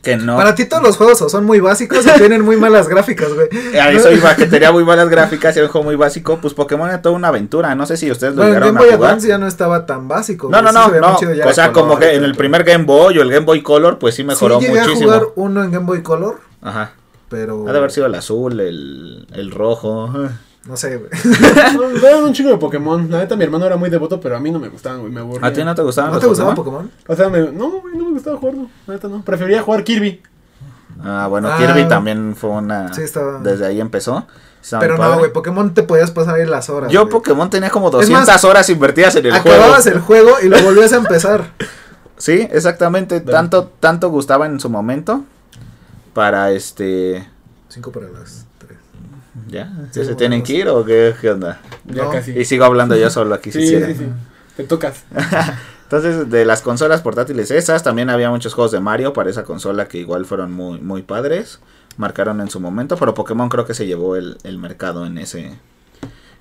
que no
Para ti todos los juegos o son muy básicos o tienen muy malas gráficas, güey.
a eso iba, que tenía muy malas gráficas y era un juego muy básico, pues Pokémon era toda una aventura, no sé si ustedes lo
Bueno, el
llegaron
Game Boy
a jugar.
Advance ya no estaba tan básico.
No,
güey,
no,
sí se
no,
veía muy
no.
chido, ya
o
era
sea,
color,
como que en
etcétera.
el primer Game Boy o el Game Boy Color, pues sí mejoró
sí, llegué
muchísimo.
a jugar uno en Game Boy Color,
Ajá.
pero
Ha de haber sido el azul, el, el rojo.
no sé, güey.
No, Eran un chico de Pokémon. La neta, mi hermano era muy devoto, pero a mí no me gustaban, güey. Me aburría.
¿A ti no te gustaban
¿No
los
te gustaba
Pokémon?
Pokémon?
O sea, me, no, güey, no me gustaba jugarlo. La neta, no. Prefería jugar Kirby.
Ah, bueno,
Ah.
Kirby también fue una...
Sí, estaba-
Desde ahí empezó. Está muy
Pero no,
padre.
güey, Pokémon te podías pasar ahí las horas.
Yo
güey.
Pokémon tenía como
Es
200
más,
horas invertidas en el juego.
Acababas el juego y lo volvías a empezar.
Sí, exactamente. Tanto, tanto gustaba en su momento. Para este.
Cinco para las tres.
¿Ya? ¿Ya se
Sí, bueno,
tienen
no
que
sé.
ir o qué, qué onda?
Ya
No.
casi.
Y sigo hablando yo solo aquí si
sí,
quieren.
sí, sí. Te tocas.
Entonces, de las consolas portátiles esas, también había muchos juegos de Mario para esa consola que igual fueron muy, muy padres. Marcaron en su momento, pero Pokémon creo que se llevó el, el mercado en ese,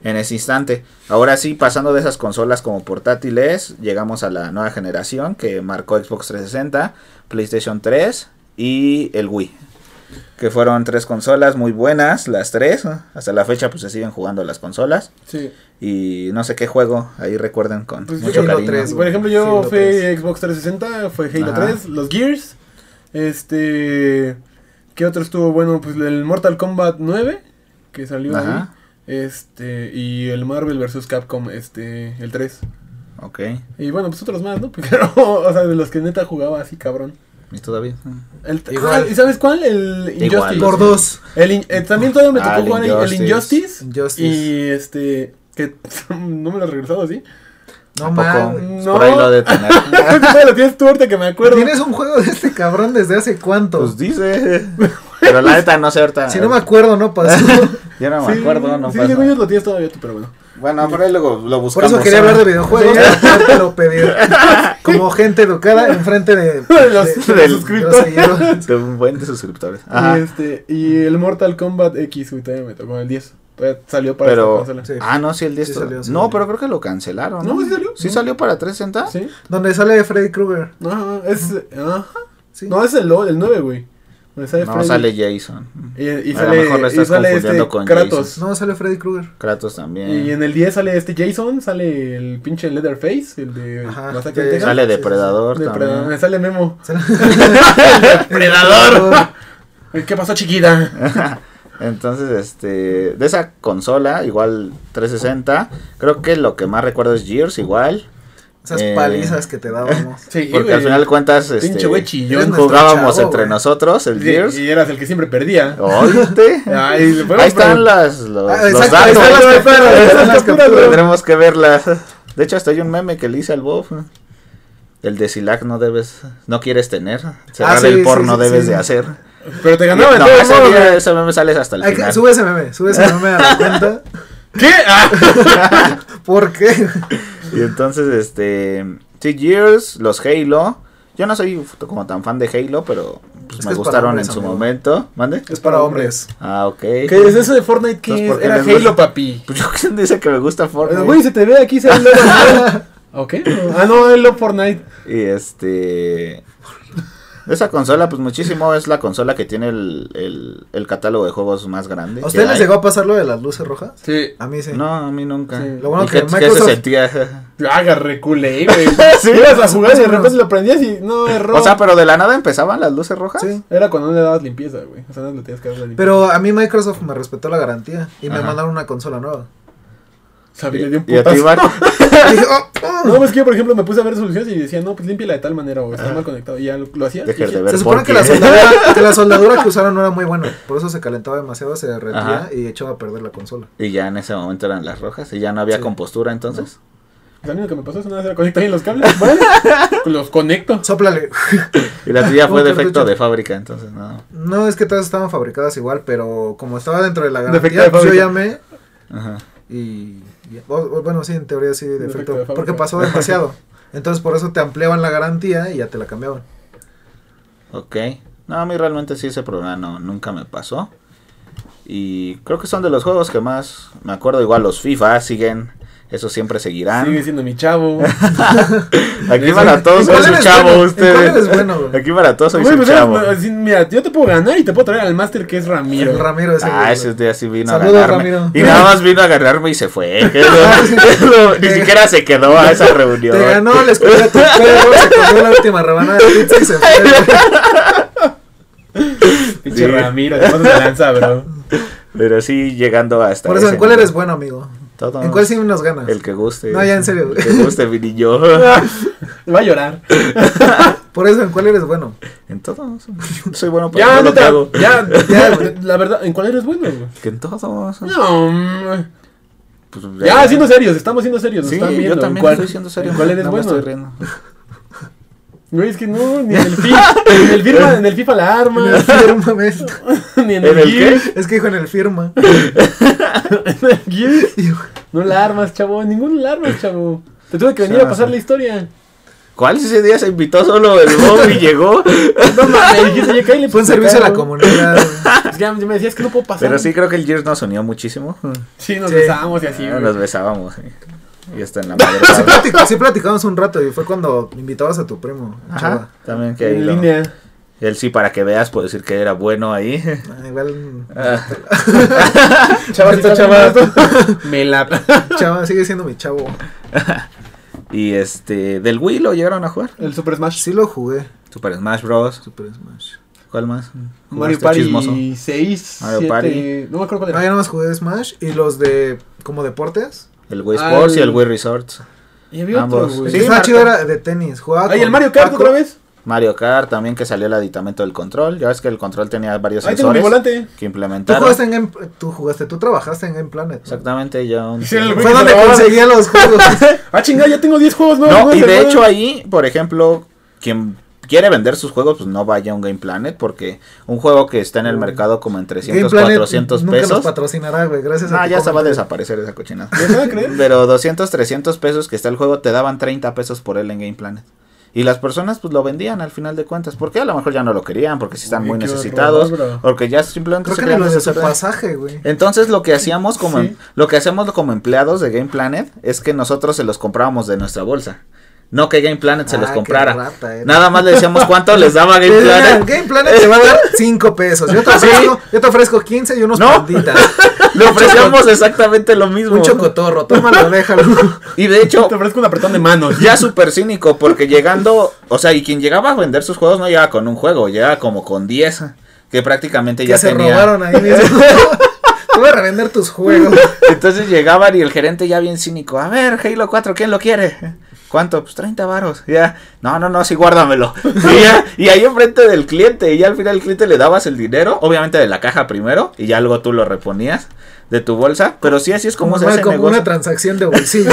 en ese instante. Ahora sí, pasando de esas consolas como portátiles, llegamos a la nueva generación que marcó Xbox 360, PlayStation 3 y el Wii. Que fueron tres consolas muy buenas, las tres. ¿no? Hasta la fecha pues se siguen jugando las consolas.
Sí.
Y no sé qué juego, ahí recuerden con
Pues
mucho
Halo
cariño.
3,
Por ejemplo, yo
Sí, lo
fui
tres.
Xbox 360, fue Halo
Ajá.
3, los Gears. Este. ¿Qué otro estuvo bueno? Pues el Mortal Kombat 9, que salió ahí.
Ajá,
Este. Y el Marvel vs. Capcom, este. El 3.
ok.
Y bueno, pues otros más, ¿no? Pero, o sea, de los que neta jugaba así, cabrón.
¿Y tú, David?
El t-
Igual.
ah, ¿Y sabes cuál? El Injustice.
Igual.
Por dos.
El in- eh, también todavía me
Ah,
tocó
el
jugar el- el
Injustice.
Injustice.
Injustice.
Y este. Que no me lo has regresado así.
¿A
No
poco?
mames.
Pues
No.
Por ahí lo de tener.
Creo que todavía lo tienes tú ahorita que me acuerdo.
Tienes un juego de este cabrón desde hace cuánto.
pues dice. Pero la neta no sé ahorita.
si no me acuerdo, no pasó.
Yo no me
Sí,
acuerdo, no
Sí,
pasa.
según yo lo tienes todavía tú, pero bueno.
Bueno, por ahí luego lo buscamos. ¿eh?
Por eso quería
¿sabes?
hablar de videojuegos.
Sí.
no te lo pedí. Como gente educada, enfrente de.
De los- de los
seguidores.
De un buen de suscriptores.
Y,
Ajá.
este, y el Mortal Kombat X, güey, todavía me tocó el 10. Todavía salió para
Pero.
esta consola.
Sí.
Ah, no, sí, el 10.
Sí salió, sí
no,
salió.
pero creo que lo cancelaron.
No, sí salió.
¿Sí salió para 360?
¿Sí?
Donde sale Freddy Krueger.
¿Ah? No, es. eh, ajá.
Sí.
No, es el, LOL, el 9, güey. Donde sale
No,
Freddy.
sale Jason.
Y, y
A lo
sale,
mejor lo
y
estás
sale
confundiendo
este
con
Kratos.
No, sale Freddy Krueger.
Kratos también.
Y en el 10 sale este Jason, sale el pinche Leatherface, el de
Ajá,
Masacre
ya,
en
ya,
Texas.
ya.
Sale
Sí, sí, sí.
Depredador
De
también.
Predador, sale Memo.
Sale-
¡Depredador!
Ay, ¿Qué pasó, chiquita?
Entonces, este, de esa consola, igual 360, creo que lo que más recuerdo es Gears, igual,
Esas
Eh.
palizas que te dábamos.
Sí,
porque
güey.
al final de cuentas, este,
Pinche güey chillón.
nuestro
jugábamos
chavo,
entre
güey.
nosotros el Gears.
Y, y eras el que siempre perdía.
¿Oíste?
Ay, le podemos
ahí están
pregun-
las, los,
Ah,
los
exacto,
datos.
ahí están las capturas, ahí están las capturas.
Tendremos que verlas. De hecho, hasta hay un meme que le hice al Bob. El de Silac no debes, no quieres tener. Cerrar
Ah, sí,
el
sí,
porno
sí,
debes
sí.
de hacer.
Pero te
No,
ganaba todo
ese,
modo,
día-
güey.
ese meme sales hasta el
Hay que-
final.
Sube ese meme, sube ese meme a la cuenta.
¿Qué? Ah.
¿Por qué?
Y entonces, este. Sí, Gears, los Halo. Yo no soy f- como tan fan de Halo, pero pues, me
Es que es para
gustaron en
hombres,
su
amigo.
momento. ¿Mande?
Es para hombres.
Ah, ok.
¿Qué es eso de Fortnite?
Entonces,
¿Qué
¿por
es?
qué
Era
le gusta?
Halo, papi.
Pues yo quién dice que me gusta Fortnite.
Güey, se te ve aquí, se ve el logo. ¿Ok? Ah, no, Halo Fortnite.
Y este. Esa consola, pues muchísimo es la consola que tiene el, el, el catálogo de juegos más grande.
¿A ustedes
que
les
hay.
llegó a pasar lo de las luces rojas?
Sí.
A mí sí.
No, a mí nunca.
Sí.
Lo bueno
¿Y
que
qué- qué
Microsoft-
se sentía?
Ah, Agarré culé, güey.
Sí.
Ibas a jugar y de repente lo prendías y no, error.
O sea, pero de la nada empezaban las luces rojas.
Sí.
Era cuando no le dabas limpieza, güey. O sea, no le tenías que dar la limpieza.
Pero a mí Microsoft me respetó la garantía y me
Ajá.
mandaron una consola nueva.
O sea, le dio un
Y a ti,
putazo.
Marco.
Y dije, oh, oh.
No, pues que yo, por ejemplo, me puse a ver soluciones y decía, no, pues límpiala de tal manera o está mal conectado. Y ya lo, lo hacía.
Deja
y dije,
de ver.
Se supone
¿por
que la,
qué?
soldadura, que la soldadura que usaron no era muy buena. Por eso se calentaba demasiado, se derretía
Ajá.
y echaba a perder la consola.
Y ya en ese momento eran las rojas y ya no había
Sí.
compostura entonces.
Pues a mí lo que me pasó es una vez era conectar bien los cables. Vale, los conecto.
Sóplale.
Y la tuya fue
Un
defecto
cartucho.
de fábrica, entonces no.
No, es que todas estaban fabricadas igual, pero como estaba dentro de la
Defecto de
garantía, pues yo
fábrica.
llamé
Ajá.
y... y- o- o- bueno, sí, en teoría sí, defecto.
Defecto de fábrica.
porque pasó demasiado. Entonces por eso te ampliaban la garantía y ya te la cambiaban.
Ok. No, a mí realmente sí ese problema no, nunca me pasó. Y creo que son de los juegos que más me acuerdo. Igual los FIFA siguen, esos siempre seguirán.
Sigue siendo mi chavo.
Aquí
Sí,
para
sí.
todos
¿En
soy
cuál
su
eres
chavo,
bueno? ¿En cuál
ustedes.
eres bueno, güey?
Aquí para todos soy
Güey,
su
pues, eres-
chavo.
así, mira, yo te puedo ganar y te puedo traer al máster que es Ramiro.
El Ramiro ese.
Ah,
güey.
ese día sí vino
Saludos,
a ganarme.
Ramiro.
Y nada más vino a ganarme y se fue. Es lo- Ni siquiera se quedó a esa reunión.
Te ganó, le escupió a tu perro, se comió la última rebanada de pizza y se fue. güey.
Pinche
Sí.
Ramiro, te pasas de lanza, bro.
Pero sí llegando hasta.
Por eso,
ese
¿en cuál eres
nivel.
bueno, amigo?
Todo.
¿En cuál sí nos ganas?
El que guste.
No, ya, en serio.
El que guste, mi niño.
Va a llorar.
Por eso, ¿en cuál eres bueno?
En todo. Soy bueno para
Ya,
todo lo que
neta,
hago.
ya, ya, la verdad, ¿en cuál eres bueno, güey?
Que en todo.
No, mm,
pues,
ya, siendo serios, estamos siendo serios, nos
Sí,
están viendo,
yo
¿en
también
cuál-
estoy siendo serio.
¿En cuál eres
No me
bueno?
estoy riendo.
Güey, es que no, ni en el FIFA, ni en el FIFA, en el FIFA la arma,
Firma, ves.
ni
¿En
en el,
el
Gears,
Es que dijo en el firma.
en el Gears. No la armas, chavo, ninguno la armas, chavo. Te tuve que venir
Sí,
a pasar
sí.
la historia.
¿Cuál ese día se invitó solo el Bob y llegó?
No mames, me dijiste, oye, Kyle,
Fue un
pues,
servicio a la
claro.
comunidad. güey.
Es que ya me decías que no puedo pasar.
Pero sí creo que el Gears nos unió muchísimo. Ah,
Sí, nos
Sí.
besamos y así, güey.
Nos besábamos. eh. Y hasta en la
Sí,
madrugada.
platic- sí platicamos un rato y fue cuando invitabas a tu primo. a
Ajá,
Chava.
también que ahí
En
lo-
línea.
él sí para que veas puedo decir que era bueno ahí.
Ah, Igual,
Ah,
Chavas,
Esto,
está
chavas.
Me la.
Chava sigue siendo mi chavo.
y este del Wii lo llegaron a jugar.
El Super Smash.
Sí lo jugué.
Super Smash Bros.
Super Smash.
¿Cuál más? ¿Jugaste
Mario Party
chismoso?
6.
Mario
7,
Party.
No me acuerdo cuál
No,
era.
yo nomás jugué Smash y los de como deportes.
El Wii
Ah,
Sports y
el-
el Wii Resorts.
Y había otro,
Ambos.
güey.
El que
Pues Sí,
estaba
Marco.
chido era de tenis. Jugaba
Ay,
con
el Mario Kart
Paco.
otra vez.
Mario Kart también que salió el aditamento del control. Ya ves que el control tenía varios
Ahí tengo mi
sensores
volante.
que
Tú
implementaron.
jugaste en Game, tú jugaste, tú trabajaste en Game Planet. ¿no?
Exactamente, yo. un-
Sí, el-
Fue donde
Pero-
conseguía los juegos.
Ah, chinga, ya tengo 10 juegos nuevos.
No,
güey,
y
se
de
acuerdan?
hecho ahí, por ejemplo, quien quiere vender sus juegos, pues no vaya a un Game Planet, porque un juego que está en el mercado como en 300, 400
nunca los
pesos.
patrocinará, güey. Gracias a
Ah,
tu
ya se va a
comentario.
desaparecer esa cochinada.
¿Me van a creer?
Pero 200, 300 pesos que está el juego, te daban 30 pesos por él en Game Planet. Y las personas pues lo vendían al final de cuentas, porque a lo mejor ya no lo querían, porque si están
Uy,
muy
qué
necesitados,
horror, bro.
porque ya simplemente
Creo
se Eh,
que ni
querían
los de su
deshacer de-
pasaje, güey.
entonces lo que hacíamos como
Sí.
em- lo que hacemos como empleados de Game Planet es que nosotros se los comprábamos de nuestra bolsa. No que Game Planet se
Ah,
los
qué
comprara.
rata era.
Nada más le decíamos cuánto les daba Game
Te digo,
Planet.
Game Planet te va a dar 5 pesos. Yo te, ofrezco, yo te ofrezco 15 y unos
No.
panditas.
Le ofrecíamos exactamente lo mismo.
Un chocotorro. Tómalo, déjalo.
Y de hecho,
Te ofrezco un apretón de manos.
ya súper cínico, porque llegando, o sea, y quien llegaba a vender sus juegos no llegaba con un juego, llegaba como con 10, que prácticamente
Que
ya
se
tenía.
robaron ahí mismo. Te voy a revender tus juegos.
Entonces llegaban y el gerente ya bien cínico, a ver, Halo 4, ¿quién lo quiere? ¿Cuánto? Pues 30 varos. Ya, no, no, no, sí, guárdamelo. Y, ya- y ahí enfrente del cliente, y ya al final al cliente le dabas el dinero, obviamente de la caja primero, y ya luego tú lo reponías de tu bolsa, pero sí, así es como
Como,
se hace
como
negocio.
una transacción de bolsillo.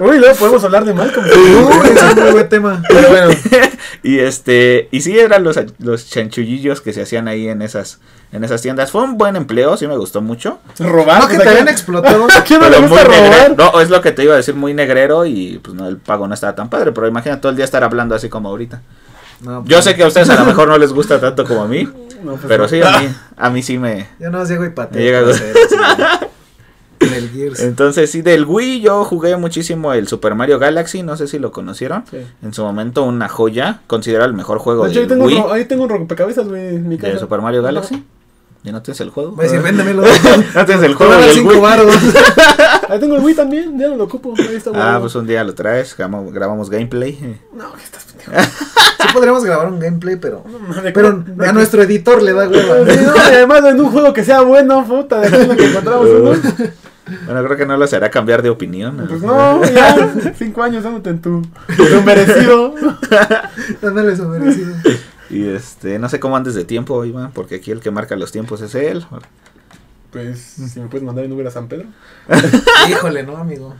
Uy, luego podemos hablar de Malcolm.
Uy, ese es un muy buen tema.
Pero bueno,
y este, y sí eran los, los chanchullillos que se hacían ahí en esas, en esas tiendas. Fue un buen empleo, sí me gustó mucho.
robar.
No, que
pues,
te
¿a
habían
quién-
explotado.
¿A quién no le
Pero muy
gusta
negrero.
robar?
No, es lo que te iba a decir, muy negrero y pues no, el pago no estaba tan padre, pero imagina todo el día estar hablando así como ahorita.
No, pues,
Yo sé que a ustedes a lo mejor no les gusta tanto como a mí,
No, pues,
pero
no.
sí, a mí, a mí sí me...
Yo no llego y pateo.
Me llega- Eh,
pues, eh, sí. En el Gears.
Entonces sí, del Wii yo jugué muchísimo el Super Mario Galaxy, no sé si lo conocieron.
Sí.
En su momento una joya, considera el mejor juego
De hecho, ahí
del
tengo, un
Wii,
ro- ahí tengo un rompecabezas, güey, en mi casa.
de Super Mario Galaxy. ¿Y no tienes el juego?
Me dice, Pues, véndemelo.
No tienes el eh, juego
Cobraba
del
5
Wii.
baros.
Ahí tengo el Wii también, ya no lo ocupo. Ahí está,
Ah,
güey.
pues un día lo traes, grabamos, grabamos gameplay.
No, que estás pendejo.
ah.
Sí podríamos grabar un gameplay, pero.
No mames,
Pero
¿cómo- de
a
qué-
nuestro editor le da
Sí,
hueva.
no, y además en un juego que sea bueno, puta, de aquí en la que encontramos uno.
Bueno, creo que no los hará cambiar de opinión. ¿no?
Pues no, ya, cinco años dándote en tu, tu merecido.
Dándole su merecido.
Y este, no sé cómo andes de tiempo, Iván, porque aquí el que marca los tiempos es él.
Pues, si me puedes mandar en Uber a San Pedro.
Híjole, no, amigo.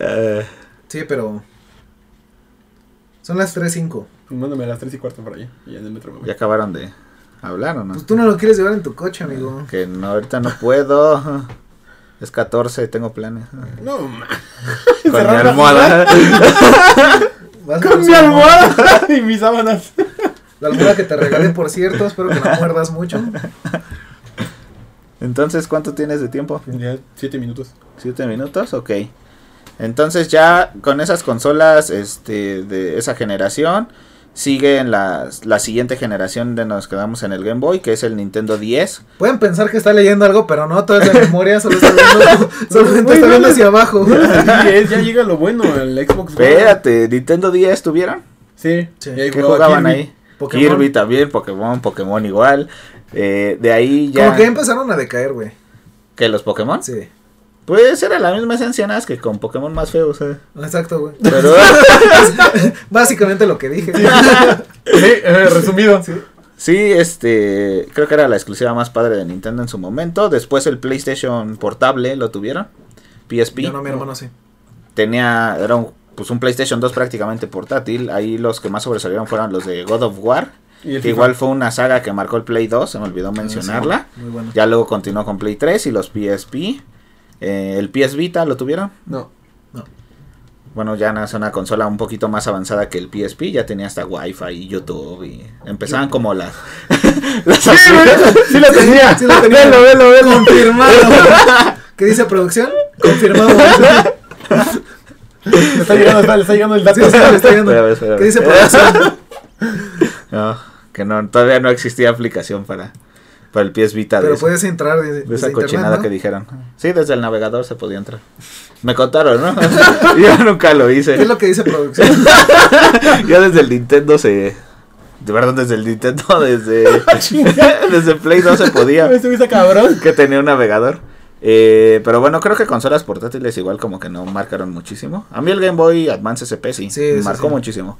Eh,
Sí, pero. Son las 3.05.
Mándame a las tres y cuarto por ahí, y en el metro me voy.
ya acabaron de hablar o no?
Pues tú no lo quieres llevar en tu coche, amigo.
Que no, ahorita no puedo. Es 14, tengo planes.
No, ma.
Con mi
Cerrar la
almohada.
Vas a
Con mi
usar
almohada y mis sábanas.
La almohada que te regalé, por cierto. Espero que la muerdas mucho.
Entonces, ¿cuánto tienes de tiempo?
Ya, siete minutos.
¿Siete minutos? Ok. Entonces ya con esas consolas este, de esa generación, sigue en la, la siguiente generación de nos quedamos en el Game Boy, que es el Nintendo 10.
Pueden pensar que está leyendo algo, pero no, todo es de memoria. Solo está viendo, solamente
Güey,
está
no
viendo
le-
hacia abajo.
Así es, ya llega lo bueno, el Xbox One.
Espérate, ¿Nintendo 10 tuvieron?
Sí,
Sí.
y ahí
¿Qué
jugaba
jugaban
Kirby.
ahí?
Eh, Pokémon.
Kirby también, Pokémon, Pokémon igual. Eh, de ahí ya. ¿Ah?
Como que ya empezaron a decaer, güey.
¿Que los Pokémon?
Sí.
Pues era la misma esencia nada más que con Pokémon más feos. eh.
Exacto, güey.
Pero
Básicamente lo que dije.
Sí, eh, resumido.
sí, este, creo que era la exclusiva más padre de Nintendo en su momento. Después el PlayStation portable lo tuvieron. PSP.
Yo no, mi hermano sí.
tenía era un, pues un PlayStation 2 prácticamente portátil. Ahí los que más sobresalieron fueron los de God of War,
Y el
que
FIFA.
igual fue una saga que marcó el Play 2, se me olvidó mencionarla.
Muy bueno.
Ya luego continuó con Play 3 y los PSP. Eh, el PS Vita lo tuvieron.
No.
Bueno, ya nace una consola un poquito más avanzada que el PSP. Ya tenía hasta Wi-Fi y YouTube. Y empezaban como las. las
Sí lo tenía.
Sí lo tenía.
Velo, velo, velo.
Confirmado. ¿Qué dice producción? Confirmado.
Le está llegando, está- le está llegando el dato.
Sí, sí, le está llegando.
Espérame, espérame.
¿Qué dice producción?
No, que no, todavía no existía aplicación para, para el PS Vita. de
Pero
eso.
puedes entrar
De
desde,
esa
desde internet,
cochinada
¿no?
que dijeron. Sí, desde el navegador se podía entrar. Me contaron, ¿no? Yo nunca lo
¿Qué
hice.
es lo que dice producción?
Yo desde el Nintendo se. De verdad, desde el Nintendo, desde.
Chinga.
desde Play 2 se podía.
Me subiste cabrón.
Que tenía un navegador. Eh, pero bueno, creo que consolas portátiles igual como que no marcaron muchísimo. A mí el Game Boy Advance SP sí,
Sí, sí,
marcó
sí.
muchísimo.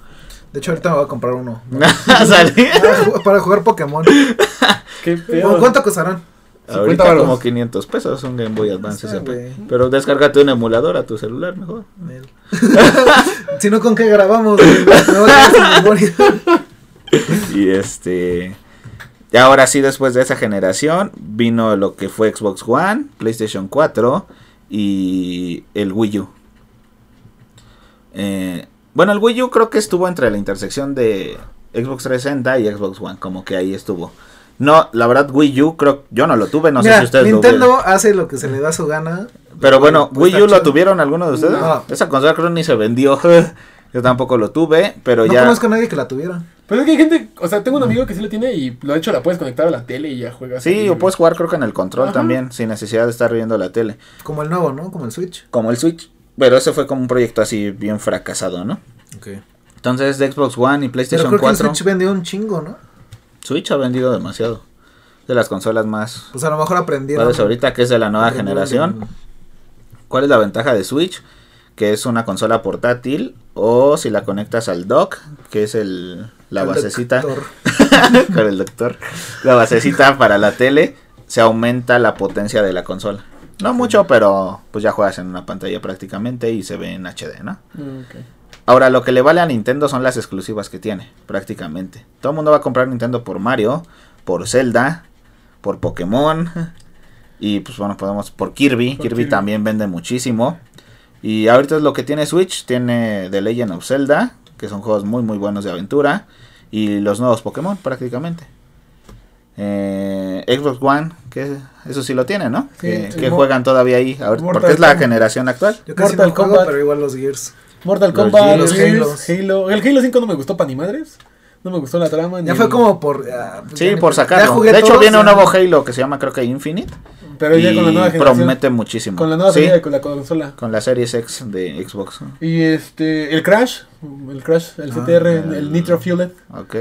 De hecho, ahorita me voy a comprar uno.
Salí.
Para, ju- para jugar Pokémon.
Qué
¿Cu-
pedo.
¿Cuánto costarán?
50
Ahorita
varos.
como 500 pesos un Game Boy Advance
No sé,
SP.
güey.
Pero descárgate un emulador a tu celular mejor.
si no, ¿con qué grabamos? güey? Me voy a quedar sin memoria.
Y este. Y ahora sí, después de esa generación, vino lo que fue Xbox One, PlayStation 4 y el Wii U. Eh, bueno, el Wii U creo que estuvo entre la intersección de Xbox 360 y Xbox One, como que ahí estuvo. No, la verdad, Wii U creo yo no lo tuve, no sé
Mira,
si ustedes
Nintendo
lo
hace lo que se le da su gana.
tuvieron. Pero bueno,
Pues
Wii
está
U lo
chido.
tuvieron alguno de ustedes.
No.
Esa consola creo ni se vendió. yo tampoco lo tuve, pero
no
ya.
conozco a nadie que la tuviera.
Pero es que hay gente, o sea, tengo un amigo que sí lo tiene y lo de hecho la puedes conectar a la tele y ya juegas.
Sí,
ahí,
o puedes jugar creo que en el control
Ajá.
también, sin necesidad de estar viendo la tele.
Como el nuevo, ¿no? Como el Switch.
Como el Switch. Pero ese fue como un proyecto así bien fracasado, ¿no? Entonces de Xbox One y
Pero
PlayStation
creo que el
4,
Switch
Switch...
vendió un chingo, ¿no?
ha vendido demasiado. De las consolas más
Pues a lo mejor aprendieron.
padres ahorita que es de la nueva generación. ¿Cuál es la ventaja de Switch? Que es una consola portátil o si la conectas al dock, que es el la
El
basecita
doctor.
con el doctor. La basecita para la tele se aumenta la potencia de la consola. No mucho, pero pues ya juegas en una pantalla prácticamente y se ve en HD, ¿no?
Mm, ok.
Ahora, lo que le vale a Nintendo son las exclusivas que tiene, prácticamente. Todo el mundo va a comprar Nintendo por Mario, por Zelda, por Pokémon. Y pues bueno, podemos por Kirby.
Por
Kirby,
Kirby.
también vende muchísimo. Y ahorita es lo que tiene Switch. Tiene The Legend of Zelda, que son juegos muy muy buenos de aventura. Y los nuevos Pokémon prácticamente. Eh, Xbox One, que eso sí lo tiene, ¿no?
Sí,
que
el
que
Mor-
juegan todavía ahí. ahorita,
Mortal
porque es la
Kombat.
generación actual.
Yo casi
Mortal
no juego,
Kombat.
pero igual los Gears.
Mortal
Los
Kombat,
Gears,
los Gears, Halo. El Halo 5 no me gustó para ni madres. No me gustó la trama. ni
Ya fue
el-
como por. ah, pues ya
Sí,
ni-
por
ya
sacarlo.
jugué
De hecho,
todos,
viene
ya.
un nuevo Halo que se llama, creo que Infinite.
Pero ya
y
con la nueva generación.
promete muchísimo.
Con la nueva
Sí,
serie con la consola.
con la Series X de Xbox.
Y este, el Crash, el Crash, el
Ah,
CTR, el,
el-
Nitro Fueled.
Ok.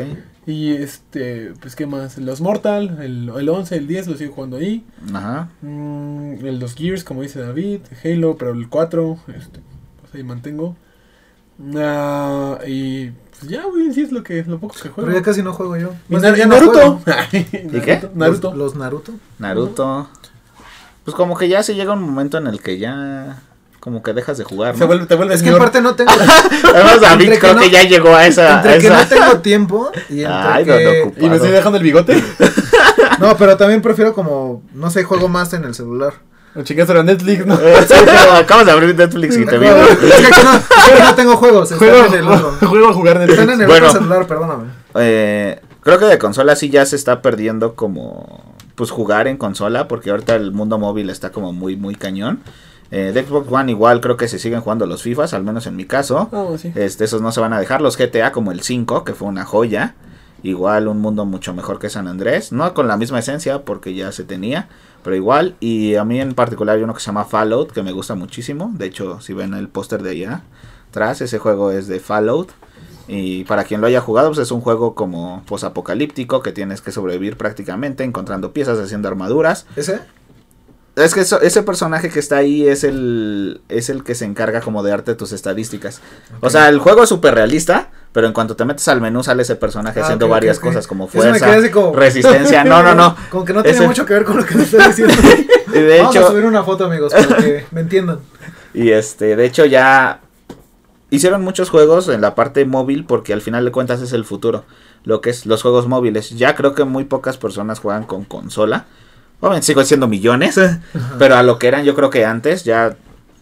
Y este, pues qué más, los Mortal, el, el 11, el 10, lo sigo jugando ahí.
Ajá.
Mm, el, los Gears, como dice David, Halo, pero el 4, este, pues ahí mantengo. Ah, y pues ya, güey, sí es lo que lo poco que
Pero
juego.
ya casi no juego yo.
Y
Más
Nar- y
bien, ya no
Naruto.
juego.
¿Y
qué?
Naruto.
Los, los Naruto.
Naruto. Pues como que ya se llega un momento en el que ya. Como que dejas de jugar.
Se
¿no?
vuelve, te vuelves
Es que
ñor.
aparte no tengo.
Además, David
Entre que
creo que,
no-
ya llegó a esa. a
entre que
esa-
no tengo tiempo y entre
Ay, no,
que.
no ocupa.
Y me estoy dejando el bigote.
No, pero también prefiero como, no sé, juego más en el celular.
Lo chingaste era Netflix, ¿no?
Eh, sí, pero acabas de abrir Netflix y te vi.
Es que aquí no, aquí no tengo juegos, están
Juego,
en el otro.
juego a jugar
Están
Netflix.
en el
Bueno.
otro celular, perdóname.
Eh, creo que de consola sí ya se está perdiendo como pues jugar en consola porque ahorita el mundo móvil está como muy muy cañón. Eh, de Xbox One igual creo que se siguen jugando los FIFAs, al menos en mi caso.
Ah, sí.
Este, esos no se van a dejar. Los GTA como el 5, que fue una joya. Igual un mundo mucho mejor que San Andrés. No con la misma esencia porque ya se tenía. Pero igual. Y a mí en particular hay uno que se llama Fallout que me gusta muchísimo. De hecho, si ven el póster de allá atrás, ese juego es de Fallout. Y para quien lo haya jugado, pues es un juego como posapocalíptico que tienes que sobrevivir prácticamente encontrando piezas, haciendo armaduras.
¿Ese?
Es que eso- ese personaje que está ahí es el, es el que se encarga como de darte tus estadísticas. O sea, el juego es súper realista, pero en cuanto te metes al menú sale ese personaje
Ah,
haciendo
ok, ok,
varias
ok.
cosas como
Eso me
fuerza,
quedé así como-
resistencia. No, no, no.
Como que no tiene
Ese-
mucho que ver con lo que me estás diciendo.
Y de
Vamos a
hecho,
subir una foto, amigos, para que me entiendan.
y este, de hecho ya hicieron muchos juegos en la parte móvil porque al final de cuentas es el futuro. Lo que es los juegos móviles. Ya creo que muy pocas personas juegan con consola. Obviamente sigo siendo millones, pero a lo que eran yo creo que antes ya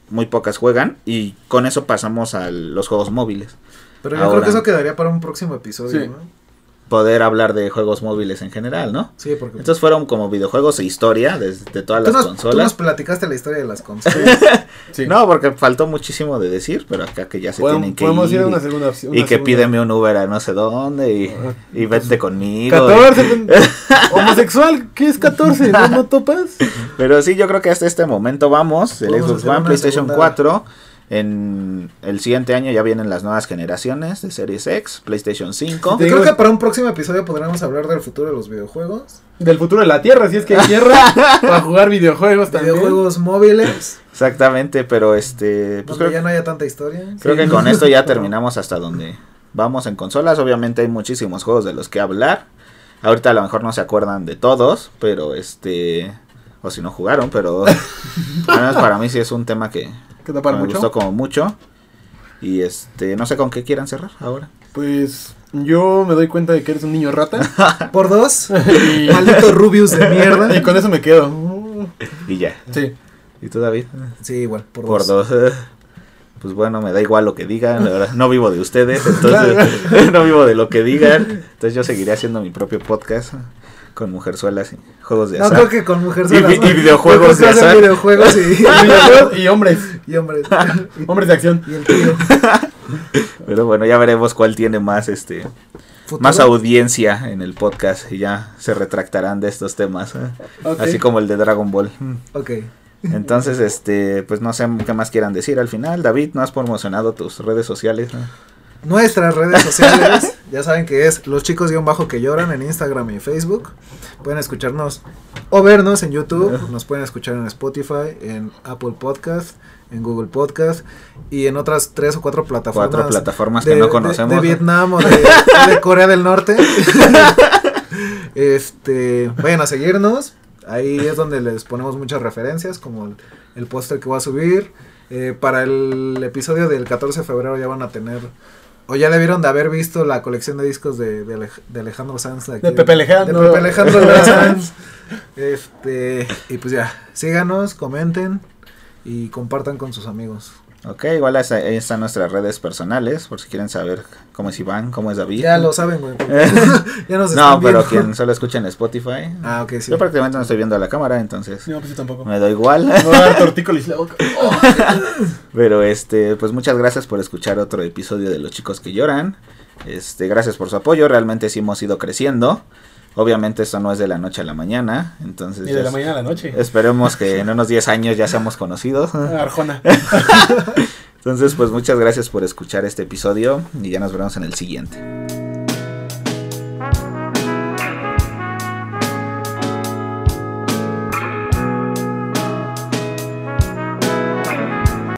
muy pocas juegan y con eso pasamos a los juegos móviles.
Pero yo creo
Ahora.
que eso quedaría para un próximo episodio,
Sí.
¿no?
Poder hablar de juegos móviles en general, ¿no?
Sí, porque
Entonces fueron como videojuegos e historia de, de todas
tú,
las
nos, tú nos
consolas.
platicaste la historia de las consolas.
Sí.
No, porque faltó muchísimo de decir, pero acá que ya se
Podemos,
tienen que
podemos
ir.
ir a
y-
una segunda opción.
y que pídeme un Uber a no sé dónde y,
Ah,
y
pues,
vete conmigo.
14. Homosexual, ¿qué es 14? ¿No, no topas?
Pero sí, yo creo que hasta este momento vamos. El
Podemos
Xbox
hacer
One,
una
PlayStation
segunda.
4. En el siguiente año ya vienen las nuevas generaciones de Series X, PlayStation 5.
Sí.
Yo creo que para un próximo episodio podríamos hablar del futuro de los videojuegos.
Del futuro de la Tierra, si es que hay tierra. para jugar videojuegos también.
Videojuegos móviles.
Exactamente, pero este. Pues
Donde
creo,
ya no haya tanta historia.
creo
sí.
que con esto ya terminamos hasta donde vamos en consolas. Obviamente hay muchísimos juegos de los que hablar. Ahorita a lo mejor no se acuerdan de todos, pero este. O si no jugaron, pero. al menos para mí sí es un tema que,
Que tapar
me
mucho.
gustó como mucho. Y este, no sé con qué quieran cerrar ahora.
Pues yo me doy cuenta de que eres un niño rata.
Por dos.
y,
Maldito Rubius de mierda.
y con eso me quedo.
Y ya.
Sí.
¿Y tú, David?
Sí, igual, por,
Por
dos.
dos. eh, Pues bueno, me da igual lo que digan. la verdad, No vivo de ustedes, entonces no vivo de lo que digan. Entonces yo seguiré haciendo mi propio podcast con mujerzuelas y juegos de
No
azar.
creo que con mujer sola,
vi-
¿no?
y videojuegos
Yo creo que
de
hacen
azar.
videojuegos
Videojuegos y hombres.
y, y hombres.
Hombres de acción.
Y el tío.
Pero bueno, ya veremos cuál tiene más este
Futuro.
más audiencia en el podcast y ya se retractarán de estos temas, eh,
Ok.
así como el de Dragon Ball. Mm.
Ok.
Entonces, este, pues no sé qué más quieran decir al final. David, no has promocionado tus redes sociales. ¿no?
Nuestras redes sociales, ya saben que es los chicos guión bajo que lloran en Instagram y Facebook. Pueden escucharnos o vernos en YouTube, nos pueden escuchar en Spotify, en Apple Podcast, en Google Podcast y en otras tres o cuatro plataformas.
Cuatro plataformas que no conocemos.
De, Vietnam o de, de Corea del Norte. este, vayan a seguirnos. Ahí es donde les ponemos muchas referencias, como el, el póster que voy a subir. Eh, para el episodio del 14 de febrero ya van a tener, o ya debieron de haber visto la colección de discos de, de Alej- de Alejandro Sanz. aquí.
De Pepe Alejandro.
De Pepe Alejandro Lara Sanz. Este, y pues ya, síganos, comenten y compartan con sus amigos.
Ok, igual hasta- ahí están nuestras redes personales, por si quieren saber cómo es Iván, cómo es David.
Ya lo saben, güey. porque ya nos están
no, pero
viendo.
quien solo escucha en Spotify.
Ah, ok, sí.
Yo prácticamente no estoy viendo a la cámara, entonces
No, pues yo tampoco.
me da igual.
Me voy a dar tortícolis la boca.
Pero este, pues muchas gracias por escuchar otro episodio de Los Chicos que Lloran. Este, gracias por su apoyo, realmente sí hemos ido creciendo. Obviamente esto no es de la noche a la mañana, entonces
Ni de
ya
la
es-
mañana a la noche.
esperemos que en unos 10 años ya seamos conocidos.
Arjona.
Entonces, pues muchas gracias por escuchar este episodio y ya nos veremos en el siguiente.